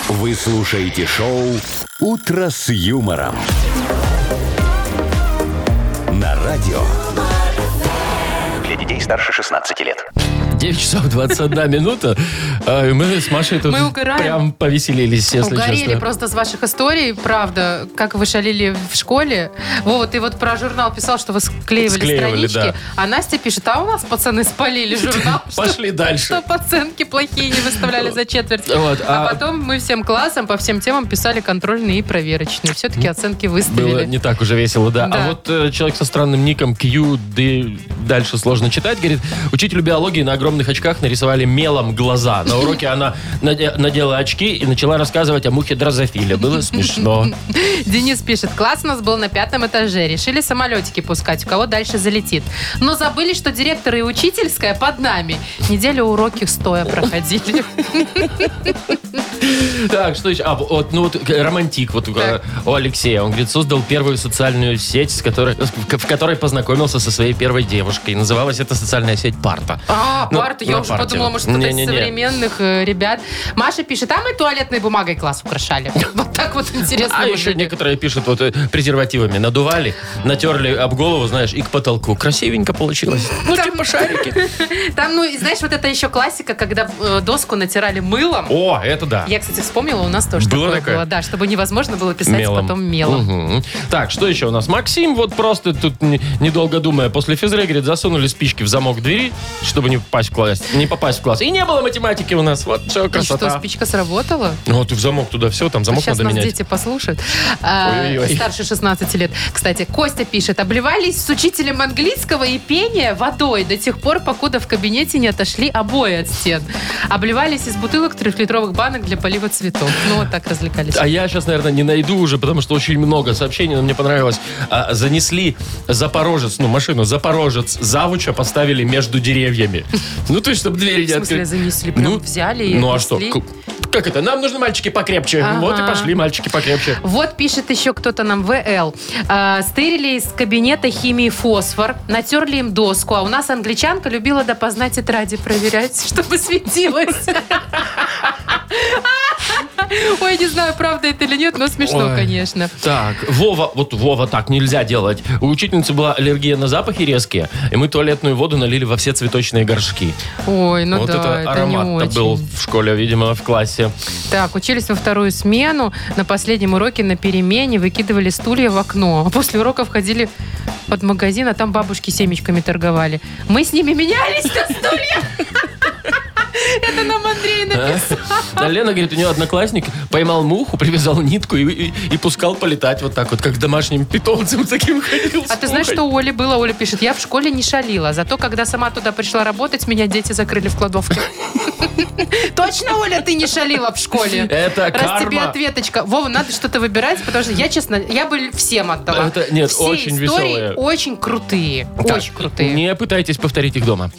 Speaker 1: Вы слушаете шоу «Утро с юмором». На радио.
Speaker 5: Для детей старше 16 лет.
Speaker 2: 9 часов 21
Speaker 3: [LAUGHS]
Speaker 2: минута. Э, и Мы с Машей тут
Speaker 3: Мы угораем.
Speaker 2: прям повеселились, если
Speaker 3: Угорели
Speaker 2: честно.
Speaker 3: просто с ваших историй, правда, как вы шалили в школе. Вова, ты вот про журнал писал, что вы склеивали,
Speaker 2: Склеивали,
Speaker 3: странички.
Speaker 2: да.
Speaker 3: А Настя пишет, а у нас пацаны
Speaker 2: [LAUGHS]
Speaker 3: спалили журнал. что-
Speaker 2: Пошли дальше.
Speaker 3: Что пацанки плохие не выставляли за четверть.
Speaker 2: Вот,
Speaker 3: а...
Speaker 2: а-
Speaker 3: потом мы всем классом по всем темам писали контрольные и проверочные. Все-таки оценки
Speaker 2: Было
Speaker 3: выставили.
Speaker 2: не так уже весело, да.
Speaker 3: Да.
Speaker 2: А вот э, человек со странным ником Q, D, дальше сложно читать, говорит, учителю биологии на огромных очках нарисовали мелом глаза. На уроке она наде- надела очки и начала рассказывать о мухе дрозофиле. Было смешно.
Speaker 3: [LAUGHS] Денис пишет, класс у нас был на пятом этаже. Решили самолетики пускать, у кого дальше залетит. Но забыли, что директор и учительская под нами. Неделю уроки стоя проходили.
Speaker 2: [LAUGHS] Так, что еще? А, вот, ну вот э, романтик вот э,
Speaker 3: Так.
Speaker 2: у Алексея. Он, говорит, создал первую социальную сеть, с которой, в в которой познакомился со своей первой девушкой. Называлась эта социальная сеть «Парта».
Speaker 3: А,
Speaker 2: Ну,
Speaker 3: парт, я
Speaker 2: на
Speaker 3: уже
Speaker 2: парте.
Speaker 3: подумала, может, кто-то из
Speaker 2: Не-не-не.
Speaker 3: современных э, ребят. Маша пишет, а мы туалетной бумагой класс
Speaker 2: [LAUGHS]
Speaker 3: украшали. Вот так вот интересно.
Speaker 2: А еще
Speaker 3: выглядит.
Speaker 2: некоторые пишут вот э, презервативами. Надували, натерли об голову, знаешь, и к потолку. Красивенько получилось. Ну,
Speaker 3: Там-
Speaker 2: типа шарики.
Speaker 3: [LAUGHS] Там, ну, и знаешь, вот это еще классика, когда э, доску натирали мылом.
Speaker 2: О, это да.
Speaker 3: Я, кстати, вспомнила, у нас тоже
Speaker 2: Было
Speaker 3: такое
Speaker 2: такое?
Speaker 3: было. Да, чтобы невозможно было писать потом мелом.
Speaker 2: Мгм. Так, что еще у нас? Максим вот просто тут, не- недолго думая, после физры, говорит, засунули спички в замок двери, чтобы не попасть в класс. Не попасть в класс. И не было математики у нас. Вот все,
Speaker 3: И что,
Speaker 2: красота.
Speaker 3: спичка сработала?
Speaker 2: Ну, вот и в замок туда все, там замок
Speaker 3: Сейчас
Speaker 2: надо
Speaker 3: нас
Speaker 2: менять.
Speaker 3: дети послушают. А,
Speaker 2: Ой-ой-ой.
Speaker 3: старше 16 лет. Кстати, Костя пишет. Обливались с учителем английского и пения водой до тех пор, покуда в кабинете не отошли обои от стен. Обливались из бутылок трехлитровых банок для полива цветов. Ну, вот так развлекались.
Speaker 2: А я сейчас, наверное, не найду уже, потому что очень много сообщений, но мне понравилось. А, занесли Запорожец, ну, машину Запорожец завуча поставили между деревьями. Ну, то есть, чтобы двери
Speaker 3: В
Speaker 2: не
Speaker 3: смысле,
Speaker 2: открыли.
Speaker 3: занесли? Прям взяли и
Speaker 2: Ну, а что?
Speaker 3: отнесли?
Speaker 2: К- Как это? Нам нужны мальчики покрепче.
Speaker 3: Ага.
Speaker 2: Вот и пошли мальчики покрепче.
Speaker 3: Вот пишет еще кто-то нам ВЛ. А, стырили из кабинета химии фосфор, натерли им доску, а у нас англичанка любила допоздна тетради проверять, [LAUGHS] чтобы светилось. [LAUGHS] Ой, не знаю, правда это или нет, но смешно,
Speaker 2: Ой.
Speaker 3: конечно.
Speaker 2: Так, Вова, вот Вова так нельзя делать. У учительницы была аллергия на запахи резкие, и мы туалетную воду налили во все цветочные горшки.
Speaker 3: Ой, ну
Speaker 2: вот
Speaker 3: да,
Speaker 2: это
Speaker 3: это не
Speaker 2: аромат-то был
Speaker 3: очень.
Speaker 2: в школе, видимо, в классе.
Speaker 3: Так, учились во вторую смену, на последнем уроке на перемене выкидывали стулья в окно, а после урока входили под магазин, а там бабушки семечками торговали. Мы с ними менялись на стульях! [LAUGHS] Это нам Андрей
Speaker 2: А?
Speaker 3: написал.
Speaker 2: А Лена говорит, у нее одноклассник поймал муху, привязал нитку и, и- и пускал полетать вот так вот, как домашним питомцем таким ходил.
Speaker 3: А ты знаешь, что у Оли было? Оля пишет, я в школе не шалила, зато когда сама туда пришла работать, меня дети закрыли в кладовке. [LAUGHS] Точно, Оля, ты не шалила в школе?
Speaker 2: Это
Speaker 3: Раз тебе
Speaker 2: карма.
Speaker 3: ответочка. Вова, надо что-то выбирать, потому что я, честно, я бы всем отдала.
Speaker 2: Это- нет,
Speaker 3: Все
Speaker 2: очень
Speaker 3: истории
Speaker 2: веселые.
Speaker 3: очень крутые.
Speaker 2: Так,
Speaker 3: Очень крутые.
Speaker 2: Не пытайтесь повторить их дома.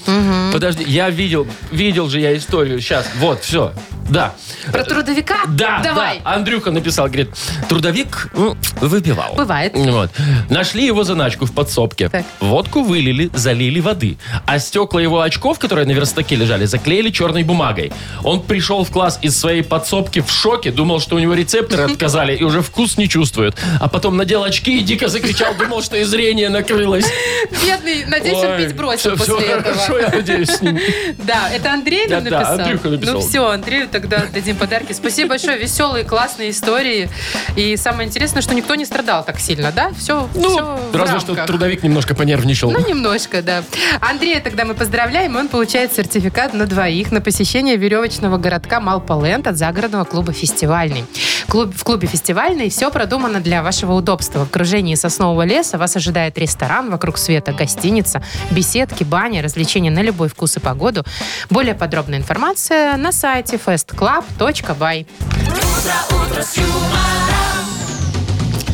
Speaker 2: Подожди, я видел, видел же я историю. Сейчас, вот, все. Да.
Speaker 3: Про трудовика?
Speaker 2: Да,
Speaker 3: Давай.
Speaker 2: да. Андрюха написал, говорит, трудовик м, выпивал.
Speaker 3: Бывает.
Speaker 2: Вот. Нашли его заначку в подсобке.
Speaker 3: Так.
Speaker 2: Водку вылили, залили воды. А стекла его очков, которые на верстаке лежали, заклеили черной бумагой. Он пришел в класс из своей подсобки в шоке, думал, что у него
Speaker 3: [LAUGHS]
Speaker 2: рецепторы отказали и уже вкус не чувствует. А потом надел очки и дико закричал, думал, что и зрение накрылось.
Speaker 3: Бедный, надеюсь, он
Speaker 2: Ой,
Speaker 3: пить
Speaker 2: всё-
Speaker 3: бросил после
Speaker 2: всё
Speaker 3: этого.
Speaker 2: хорошо, я надеюсь, с ним.
Speaker 3: Да, это Андрей нам
Speaker 2: Да, да,
Speaker 3: написал?
Speaker 2: Андрюха написал.
Speaker 3: Ну все, Андрею тогда дадим подарки. Спасибо большое, веселые, классные истории. И самое интересное, что никто не страдал так сильно, да? Все,
Speaker 2: Ну, разве что трудовик немножко понервничал.
Speaker 3: Ну, немножко, да. Андрея тогда мы поздравляем, и он получает сертификат на двоих на посещение веревочного городка Малполэнд от загородного клуба «Фестивальный». Клуб, в клубе «Фестивальный» все продумано для вашего удобства. В окружении соснового леса вас ожидает ресторан вокруг света, гостиница, беседки, баня, развлечения на любой вкус и погоду. Более подробная информация на сайте festclub.by.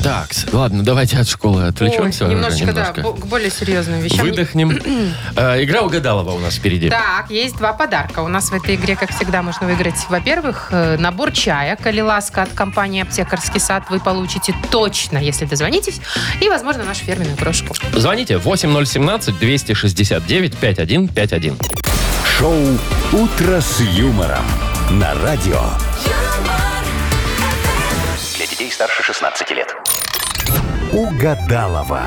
Speaker 2: Так, ладно, давайте от школы отвлечемся.
Speaker 3: Ой,
Speaker 2: уже
Speaker 3: немножечко, да, бо- к более серьезным вещам. [CLEARS THROAT]
Speaker 2: Выдохнем. Э, Игра угадалова у нас впереди.
Speaker 3: Так, есть два подарка. У нас в этой игре, как всегда, можно выиграть, во-первых, э, набор чая «Калиласка» от компании «Аптекарский сад». Вы получите точно, если дозвонитесь. И, возможно, нашу фирменную крошку.
Speaker 2: Звоните 8017-269-5151.
Speaker 1: Шоу «Утро с юмором» на радио.
Speaker 5: Для детей старше 16 лет.
Speaker 1: Угадалова.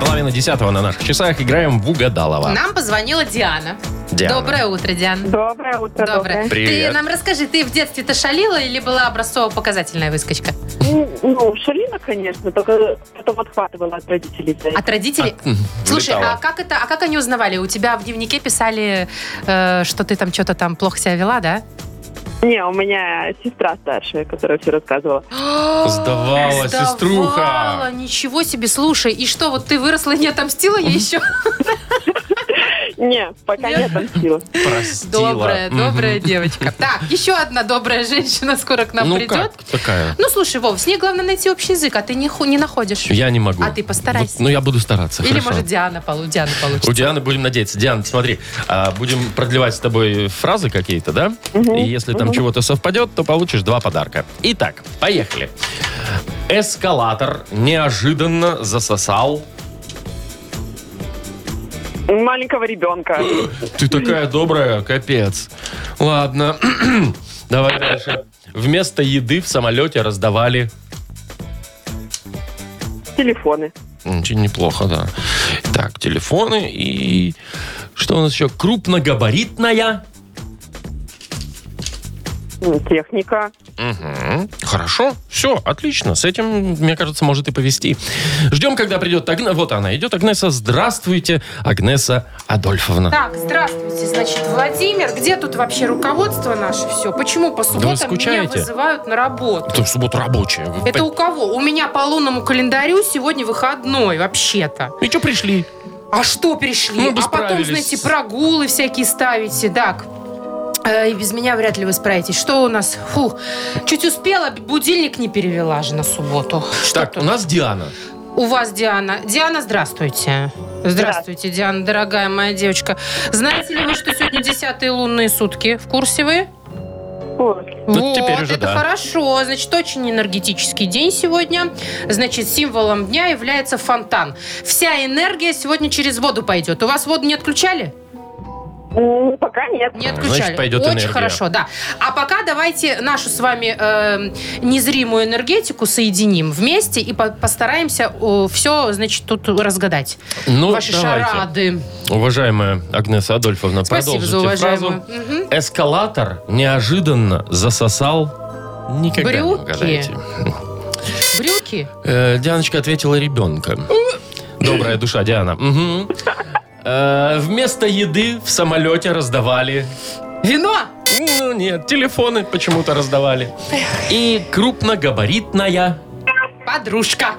Speaker 2: Половина десятого на наших часах. Играем в угадалова.
Speaker 3: Нам позвонила Диана.
Speaker 2: Диана.
Speaker 3: Доброе утро, Диана.
Speaker 8: Доброе утро.
Speaker 3: Доброе.
Speaker 2: Привет.
Speaker 3: Ты нам расскажи, ты в детстве-то шалила или была образцово-показательная выскочка?
Speaker 8: Ну, ну, шалила, конечно, только потом отхватывала от родителей. за это.
Speaker 3: От родителей?
Speaker 2: М,
Speaker 3: Слушай,
Speaker 2: влетала.
Speaker 3: а как это, а как они узнавали? У тебя в дневнике писали, э, что ты там что-то там плохо себя вела, да?
Speaker 8: Не, у меня сестра старшая, которая все рассказывала.
Speaker 2: [GASPS] Сдавала, сеструха.
Speaker 3: Сдавала, ничего себе, слушай. И что, вот ты выросла и не отомстила ей
Speaker 2: [LAUGHS]
Speaker 3: еще?
Speaker 8: Не, пока не отомстила.
Speaker 2: Простила.
Speaker 3: Добрая,
Speaker 2: Мгм.
Speaker 3: добрая девочка. Так, еще одна добрая женщина скоро к нам
Speaker 2: Ну
Speaker 3: придет.
Speaker 2: как такая?
Speaker 3: Ну, слушай, Вов, с ней главное найти общий язык, а ты не ху- не находишь.
Speaker 2: Я не могу.
Speaker 3: А ты постарайся.
Speaker 2: Вот, Ну, я буду стараться.
Speaker 3: Или,
Speaker 2: хорошо.
Speaker 3: может, Диана полу- Диана
Speaker 2: У
Speaker 3: получит.
Speaker 2: Дианы будем надеяться. Диан, смотри, а, будем продлевать с тобой фразы какие-то, да? И если там чего-то совпадет, то получишь два подарка. Итак, поехали. Эскалатор неожиданно засосал.
Speaker 8: Маленького ребенка.
Speaker 2: Ты такая добрая, капец. Ладно, [CLEARS THROAT] давай дальше. Вместо еды в самолете раздавали...
Speaker 8: Телефоны.
Speaker 2: Очень неплохо, да. Так, телефоны и... Что у нас еще? Крупногабаритная...
Speaker 8: М, Техника.
Speaker 2: Мгм. Хорошо, все, отлично. С этим, мне кажется, может и повезти. Ждем, когда придет Агнеса. Вот она идет, Агнеса. Здравствуйте, Агнеса Адольфовна.
Speaker 3: Так, здравствуйте, значит, Владимир. Где тут вообще руководство наше все? Почему по субботам меня
Speaker 2: скучаете?
Speaker 3: вызывают на работу?
Speaker 2: Это в субботу рабочая. Вы
Speaker 3: Это у кого? У меня по лунному календарю сегодня выходной, вообще-то.
Speaker 2: И что пришли?
Speaker 3: А что пришли?
Speaker 2: Ну, вы
Speaker 3: а потом,
Speaker 2: справились.
Speaker 3: знаете, прогулы всякие ставите. Так, э, и без меня вряд ли вы справитесь. Что у нас? Фух, чуть успела, будильник не перевела же на субботу. Что
Speaker 2: так,
Speaker 3: тут?
Speaker 2: у нас Диана.
Speaker 3: У вас Диана. Диана, здравствуйте. Здравствуйте, Диана, дорогая моя девочка. Знаете ли вы, что сегодня десятые лунные сутки? В курсе вы?
Speaker 8: О,
Speaker 2: Ну,
Speaker 3: вот,
Speaker 2: теперь уже
Speaker 3: это
Speaker 2: да.
Speaker 3: хорошо. Значит, очень энергетический день сегодня. Значит, символом дня является фонтан. Вся энергия сегодня через воду пойдет. У вас воду не отключали?
Speaker 8: м, Ну, Пока нет.
Speaker 3: Не отключали.
Speaker 2: пойдет
Speaker 3: Очень
Speaker 2: энергия.
Speaker 3: хорошо, да. А пока давайте нашу с вами э, незримую энергетику соединим вместе и по- постараемся все, значит, тут разгадать.
Speaker 2: Ну,
Speaker 3: Ваши
Speaker 2: давайте.
Speaker 3: шарады.
Speaker 2: Уважаемая Агнеса Адольфовна,
Speaker 3: Спасибо за
Speaker 2: продолжите
Speaker 3: уважаемую.
Speaker 2: фразу.
Speaker 3: Мгм.
Speaker 2: Эскалатор неожиданно засосал Никогда не
Speaker 3: Брюки.
Speaker 2: угадаете.
Speaker 3: Брюки?
Speaker 2: Э, Дианочка ответила ребенка. Добрая душа, Диана. Мгм. Э, Вместо еды в самолете раздавали...
Speaker 3: Вино?
Speaker 2: Ну нет, телефоны почему-то раздавали. И крупногабаритная
Speaker 3: Подружка.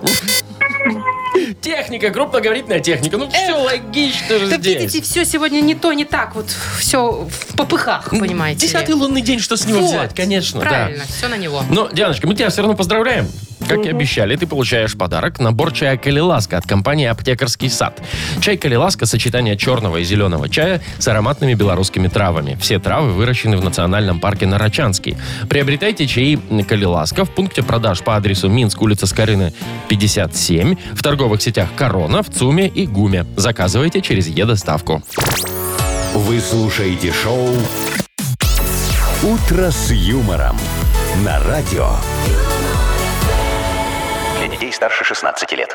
Speaker 2: техника, крупногабаритная техника. Ну все логично же
Speaker 3: Да
Speaker 2: здесь.
Speaker 3: видите, все сегодня не то, не так. Вот все в попыхах, понимаете. ли.
Speaker 2: Десятый лунный день, что с него
Speaker 3: Вот.
Speaker 2: взять, конечно. да.
Speaker 3: Правильно, все на него.
Speaker 2: Но, Дианочка, мы тебя все равно поздравляем. Как и обещали, ты получаешь подарок. Набор чая «Калиласка» от компании «Аптекарский сад». Чай «Калиласка» – сочетание черного и зеленого чая с ароматными белорусскими травами. Все травы выращены в национальном парке Нарачанский. Приобретайте чаи «Калиласка» в пункте продаж по адресу Минск, улица Скорины, 57, в торговых сетях «Корона», в ЦУМе и «Гуме». Заказывайте через «Е-доставку».
Speaker 1: Вы слушаете шоу «Утро с юмором» на радио.
Speaker 5: Для детей старше 16 лет.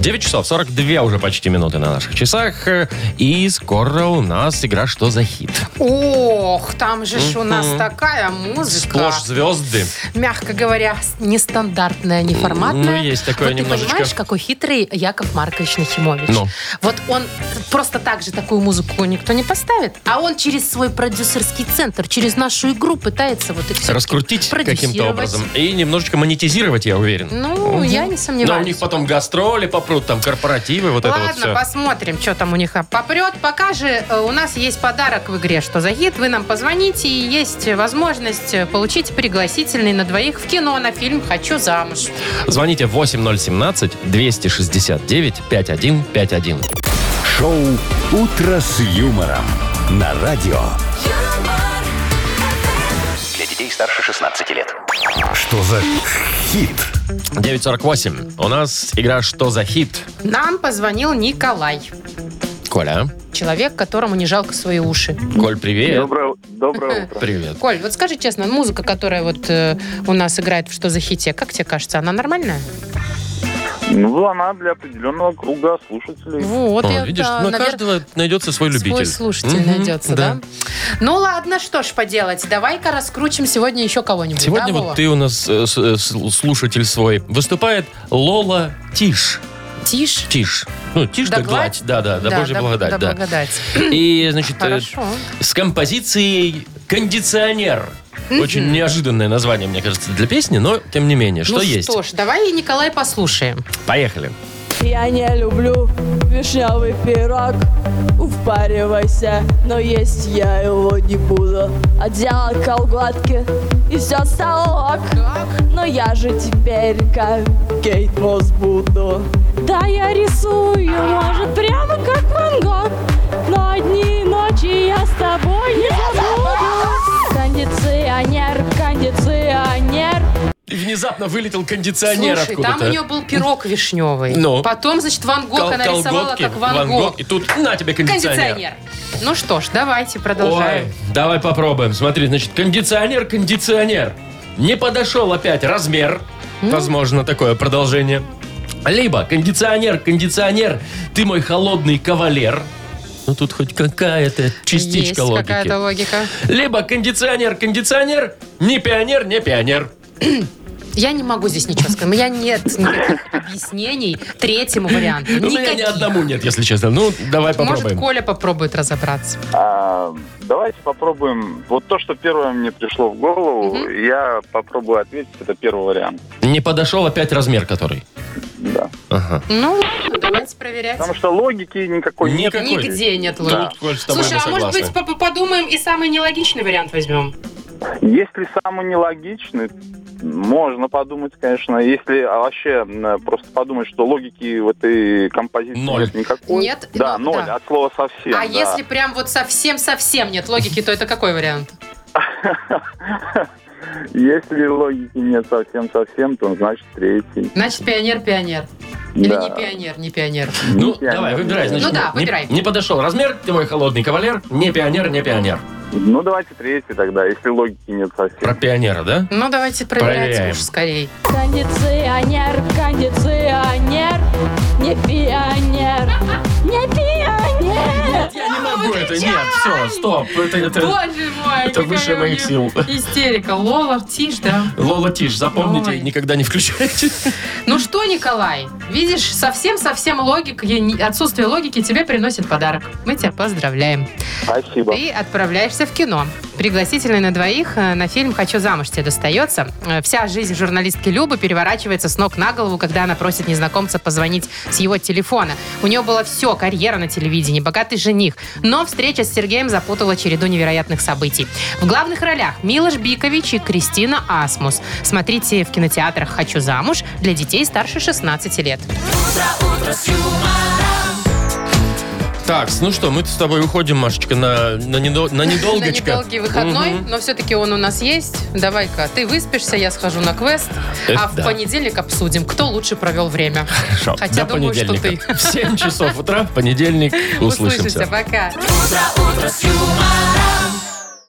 Speaker 2: 9 часов 42 уже почти минуты на наших часах. Э, И скоро у нас игра «Что за хит?»
Speaker 3: Ох, там же ж у нас такая музыка.
Speaker 2: Сплошь звезды.
Speaker 3: Мягко говоря, с- нестандартная, неформатная.
Speaker 2: Ну, есть такое
Speaker 3: вот
Speaker 2: немножечко.
Speaker 3: ты понимаешь, какой хитрый Яков Маркович Нахимович.
Speaker 2: Ну.
Speaker 3: Вот он просто так же такую музыку никто не поставит, а он через свой продюсерский центр, через нашу игру пытается вот их всё-таки
Speaker 2: Раскрутить каким-то
Speaker 3: продюсировать.
Speaker 2: образом. И немножечко монетизировать, я уверен.
Speaker 3: Ну, я не
Speaker 2: Но у
Speaker 3: сомневаюсь.
Speaker 2: них потом гастроли попрут, там корпоративы, вот это вот
Speaker 3: Ладно,
Speaker 2: все.
Speaker 3: посмотрим, что там у них попрет. Пока же э, у нас есть подарок в игре «Что за хит?». Вы нам позвоните, и есть возможность э, получить пригласительный на двоих в кино на фильм «Хочу замуж».
Speaker 2: Звоните 8017-269-5151.
Speaker 1: Шоу «Утро с юмором» на радио.
Speaker 5: Для детей старше 16 лет.
Speaker 1: Что за хит?
Speaker 2: 948. У нас игра «Что за хит?»
Speaker 3: Нам позвонил Николай,
Speaker 2: Коля. а?
Speaker 3: человек, которому не жалко свои уши.
Speaker 2: Коль, привет.
Speaker 6: Доброе, доброе
Speaker 3: [LAUGHS]
Speaker 6: утро.
Speaker 2: Привет.
Speaker 3: Коль, вот скажи честно, музыка, которая вот э, у нас играет в «Что за хите», как тебе кажется, она нормальная?
Speaker 6: Ну, она для определенного круга слушателей.
Speaker 3: Вот,
Speaker 2: О,
Speaker 3: я,
Speaker 2: видишь,
Speaker 3: да,
Speaker 2: на
Speaker 3: навер-
Speaker 2: каждого найдется свой любитель.
Speaker 3: Свой слушатель
Speaker 2: Мгм,
Speaker 3: найдется, да. Ну ладно, что ж поделать, давай-ка раскрутим сегодня еще кого-нибудь.
Speaker 2: Сегодня
Speaker 3: да,
Speaker 2: вот
Speaker 3: Вова?
Speaker 2: ты у нас э, с- э, с- слушатель свой. Выступает Лола Тиш.
Speaker 3: Тишь.
Speaker 2: Тиш. Ну, тиш да,
Speaker 3: Да
Speaker 2: гладь.
Speaker 3: гладь.
Speaker 2: Да, да, да, Божья
Speaker 3: да,
Speaker 2: благодать,
Speaker 3: да,
Speaker 2: да.
Speaker 3: благодать.
Speaker 2: И, значит, э,
Speaker 3: Хорошо.
Speaker 2: с композицией «Кондиционер». Очень неожиданное название, мне кажется, для песни, но тем не менее, что
Speaker 3: ну
Speaker 2: есть.
Speaker 3: что ж, давай, Николай, послушаем.
Speaker 2: Поехали.
Speaker 9: Я не люблю вишневый пирог Упаривайся, но есть я его не буду Одела колготки и все стало ок Но я же теперь как Кейт Мосс буду Да, я рисую, может, прямо как Ван Гог Но одни ночи я с тобой не забуду Кондиционер, кондиционер
Speaker 2: И внезапно вылетел кондиционер
Speaker 3: Слушай,
Speaker 2: откуда-то.
Speaker 3: там у нее был пирог вишневый.
Speaker 2: Ну.
Speaker 3: Потом, значит, Ван Гог
Speaker 2: Кол-
Speaker 3: она рисовала
Speaker 2: колготки,
Speaker 3: как Ван, Гог.
Speaker 2: И тут на тебе кондиционер.
Speaker 3: Кондиционер. Ну что ж, давайте продолжаем.
Speaker 2: Ой, давай попробуем. Смотри, значит, кондиционер, кондиционер. Не подошел опять размер. Возможно, такое продолжение. Либо кондиционер, кондиционер, ты мой холодный кавалер. Ну тут хоть какая-то частичка
Speaker 3: Есть
Speaker 2: логики.
Speaker 3: какая-то логика.
Speaker 2: Либо кондиционер, кондиционер, не пионер, не пионер.
Speaker 3: Я не могу здесь ничего сказать. У меня нет никаких объяснений третьему варианту.
Speaker 2: У Ну, меня ни
Speaker 3: Никаких.
Speaker 2: одному нет, если честно. Ну, давай
Speaker 3: Может,
Speaker 2: попробуем.
Speaker 3: Коля попробует разобраться.
Speaker 6: А, давайте попробуем. Вот то, что первое мне пришло в голову, я попробую ответить. Это первый вариант.
Speaker 2: Не подошел опять размер, который.
Speaker 6: Да.
Speaker 2: Ага.
Speaker 3: Ну, ладно, давайте проверять.
Speaker 6: Потому что логики никакой нет.
Speaker 2: Никакой.
Speaker 3: Нигде нет
Speaker 2: Тут,
Speaker 3: логики.
Speaker 2: Коль, с тобой
Speaker 3: Слушай,
Speaker 2: мы
Speaker 3: а может
Speaker 2: согласны.
Speaker 3: быть, по- по- подумаем и самый нелогичный вариант возьмем?
Speaker 6: Если самый нелогичный, можно подумать, конечно. Если а вообще м, просто подумать, что логики в этой композиции
Speaker 2: Ноль.
Speaker 6: нет никакой.
Speaker 3: Нет,
Speaker 6: Да,
Speaker 3: ну,
Speaker 6: ноль,
Speaker 3: да.
Speaker 6: от слова совсем.
Speaker 3: А
Speaker 6: да.
Speaker 3: если прям вот совсем-совсем нет логики, то это какой вариант?
Speaker 6: [LAUGHS] Если логики нет совсем-совсем, то значит третий.
Speaker 3: Значит, пионер-пионер. Или
Speaker 6: Да.
Speaker 3: не пионер, не пионер.
Speaker 2: Ну,
Speaker 6: Я
Speaker 2: давай,
Speaker 6: не
Speaker 2: выбирай.
Speaker 6: знаю.
Speaker 2: значит,
Speaker 3: Ну да,
Speaker 2: не-
Speaker 3: выбирай.
Speaker 2: Не, подошел размер, ты мой холодный кавалер, не пионер, не пионер.
Speaker 6: Ну, давайте третий тогда, если логики нет
Speaker 2: Про
Speaker 6: совсем.
Speaker 2: пионера, да?
Speaker 3: Ну, давайте проверять
Speaker 2: Проверяем.
Speaker 3: уж скорее.
Speaker 9: Кондиционер, кондиционер, не пионер, не пионер.
Speaker 2: Я не
Speaker 3: Ну,
Speaker 2: могу это, нет, все, стоп. Это, это...
Speaker 3: Боже мой!
Speaker 2: это выше
Speaker 3: какая у
Speaker 2: моих
Speaker 3: нее
Speaker 2: сил.
Speaker 3: Истерика. Лола, тишь, да?
Speaker 2: Лола Тиш, запомните,
Speaker 3: Ой.
Speaker 2: никогда не включайте.
Speaker 3: Ну что, Николай, видишь, совсем-совсем логика, не- отсутствие логики тебе приносит подарок. Мы тебя поздравляем.
Speaker 6: Спасибо.
Speaker 3: Ты отправляешься в кино. Пригласительный на двоих э, на фильм «Хочу замуж» тебе достается. Э, Вся жизнь журналистки Любы переворачивается с ног на голову, когда она просит незнакомца позвонить с его телефона. У нее было все, карьера на телевидении, богатый жених. Но встреча с Сергеем запутала череду невероятных событий. В главных ролях Милош Бикович и Кристина Асмус. Смотрите в кинотеатрах «Хочу замуж» для детей старше 16 лет.
Speaker 2: Так, ну что, мы с тобой уходим, Машечка, на, на, недо- на недолгочко.
Speaker 3: На недолгий выходной,
Speaker 2: Мгм.
Speaker 3: но все-таки он у нас есть. Давай-ка, ты выспишься, я схожу на квест,
Speaker 2: Это
Speaker 3: а в
Speaker 2: Э, да.
Speaker 3: понедельник обсудим, кто лучше провел время.
Speaker 2: Хорошо.
Speaker 3: Хотя
Speaker 2: До
Speaker 3: думаю, что
Speaker 2: понедельника.
Speaker 3: ты.
Speaker 2: В 7 часов утра в понедельник услышимся.
Speaker 3: Услышимся, пока.
Speaker 9: Утро, утро с юмором.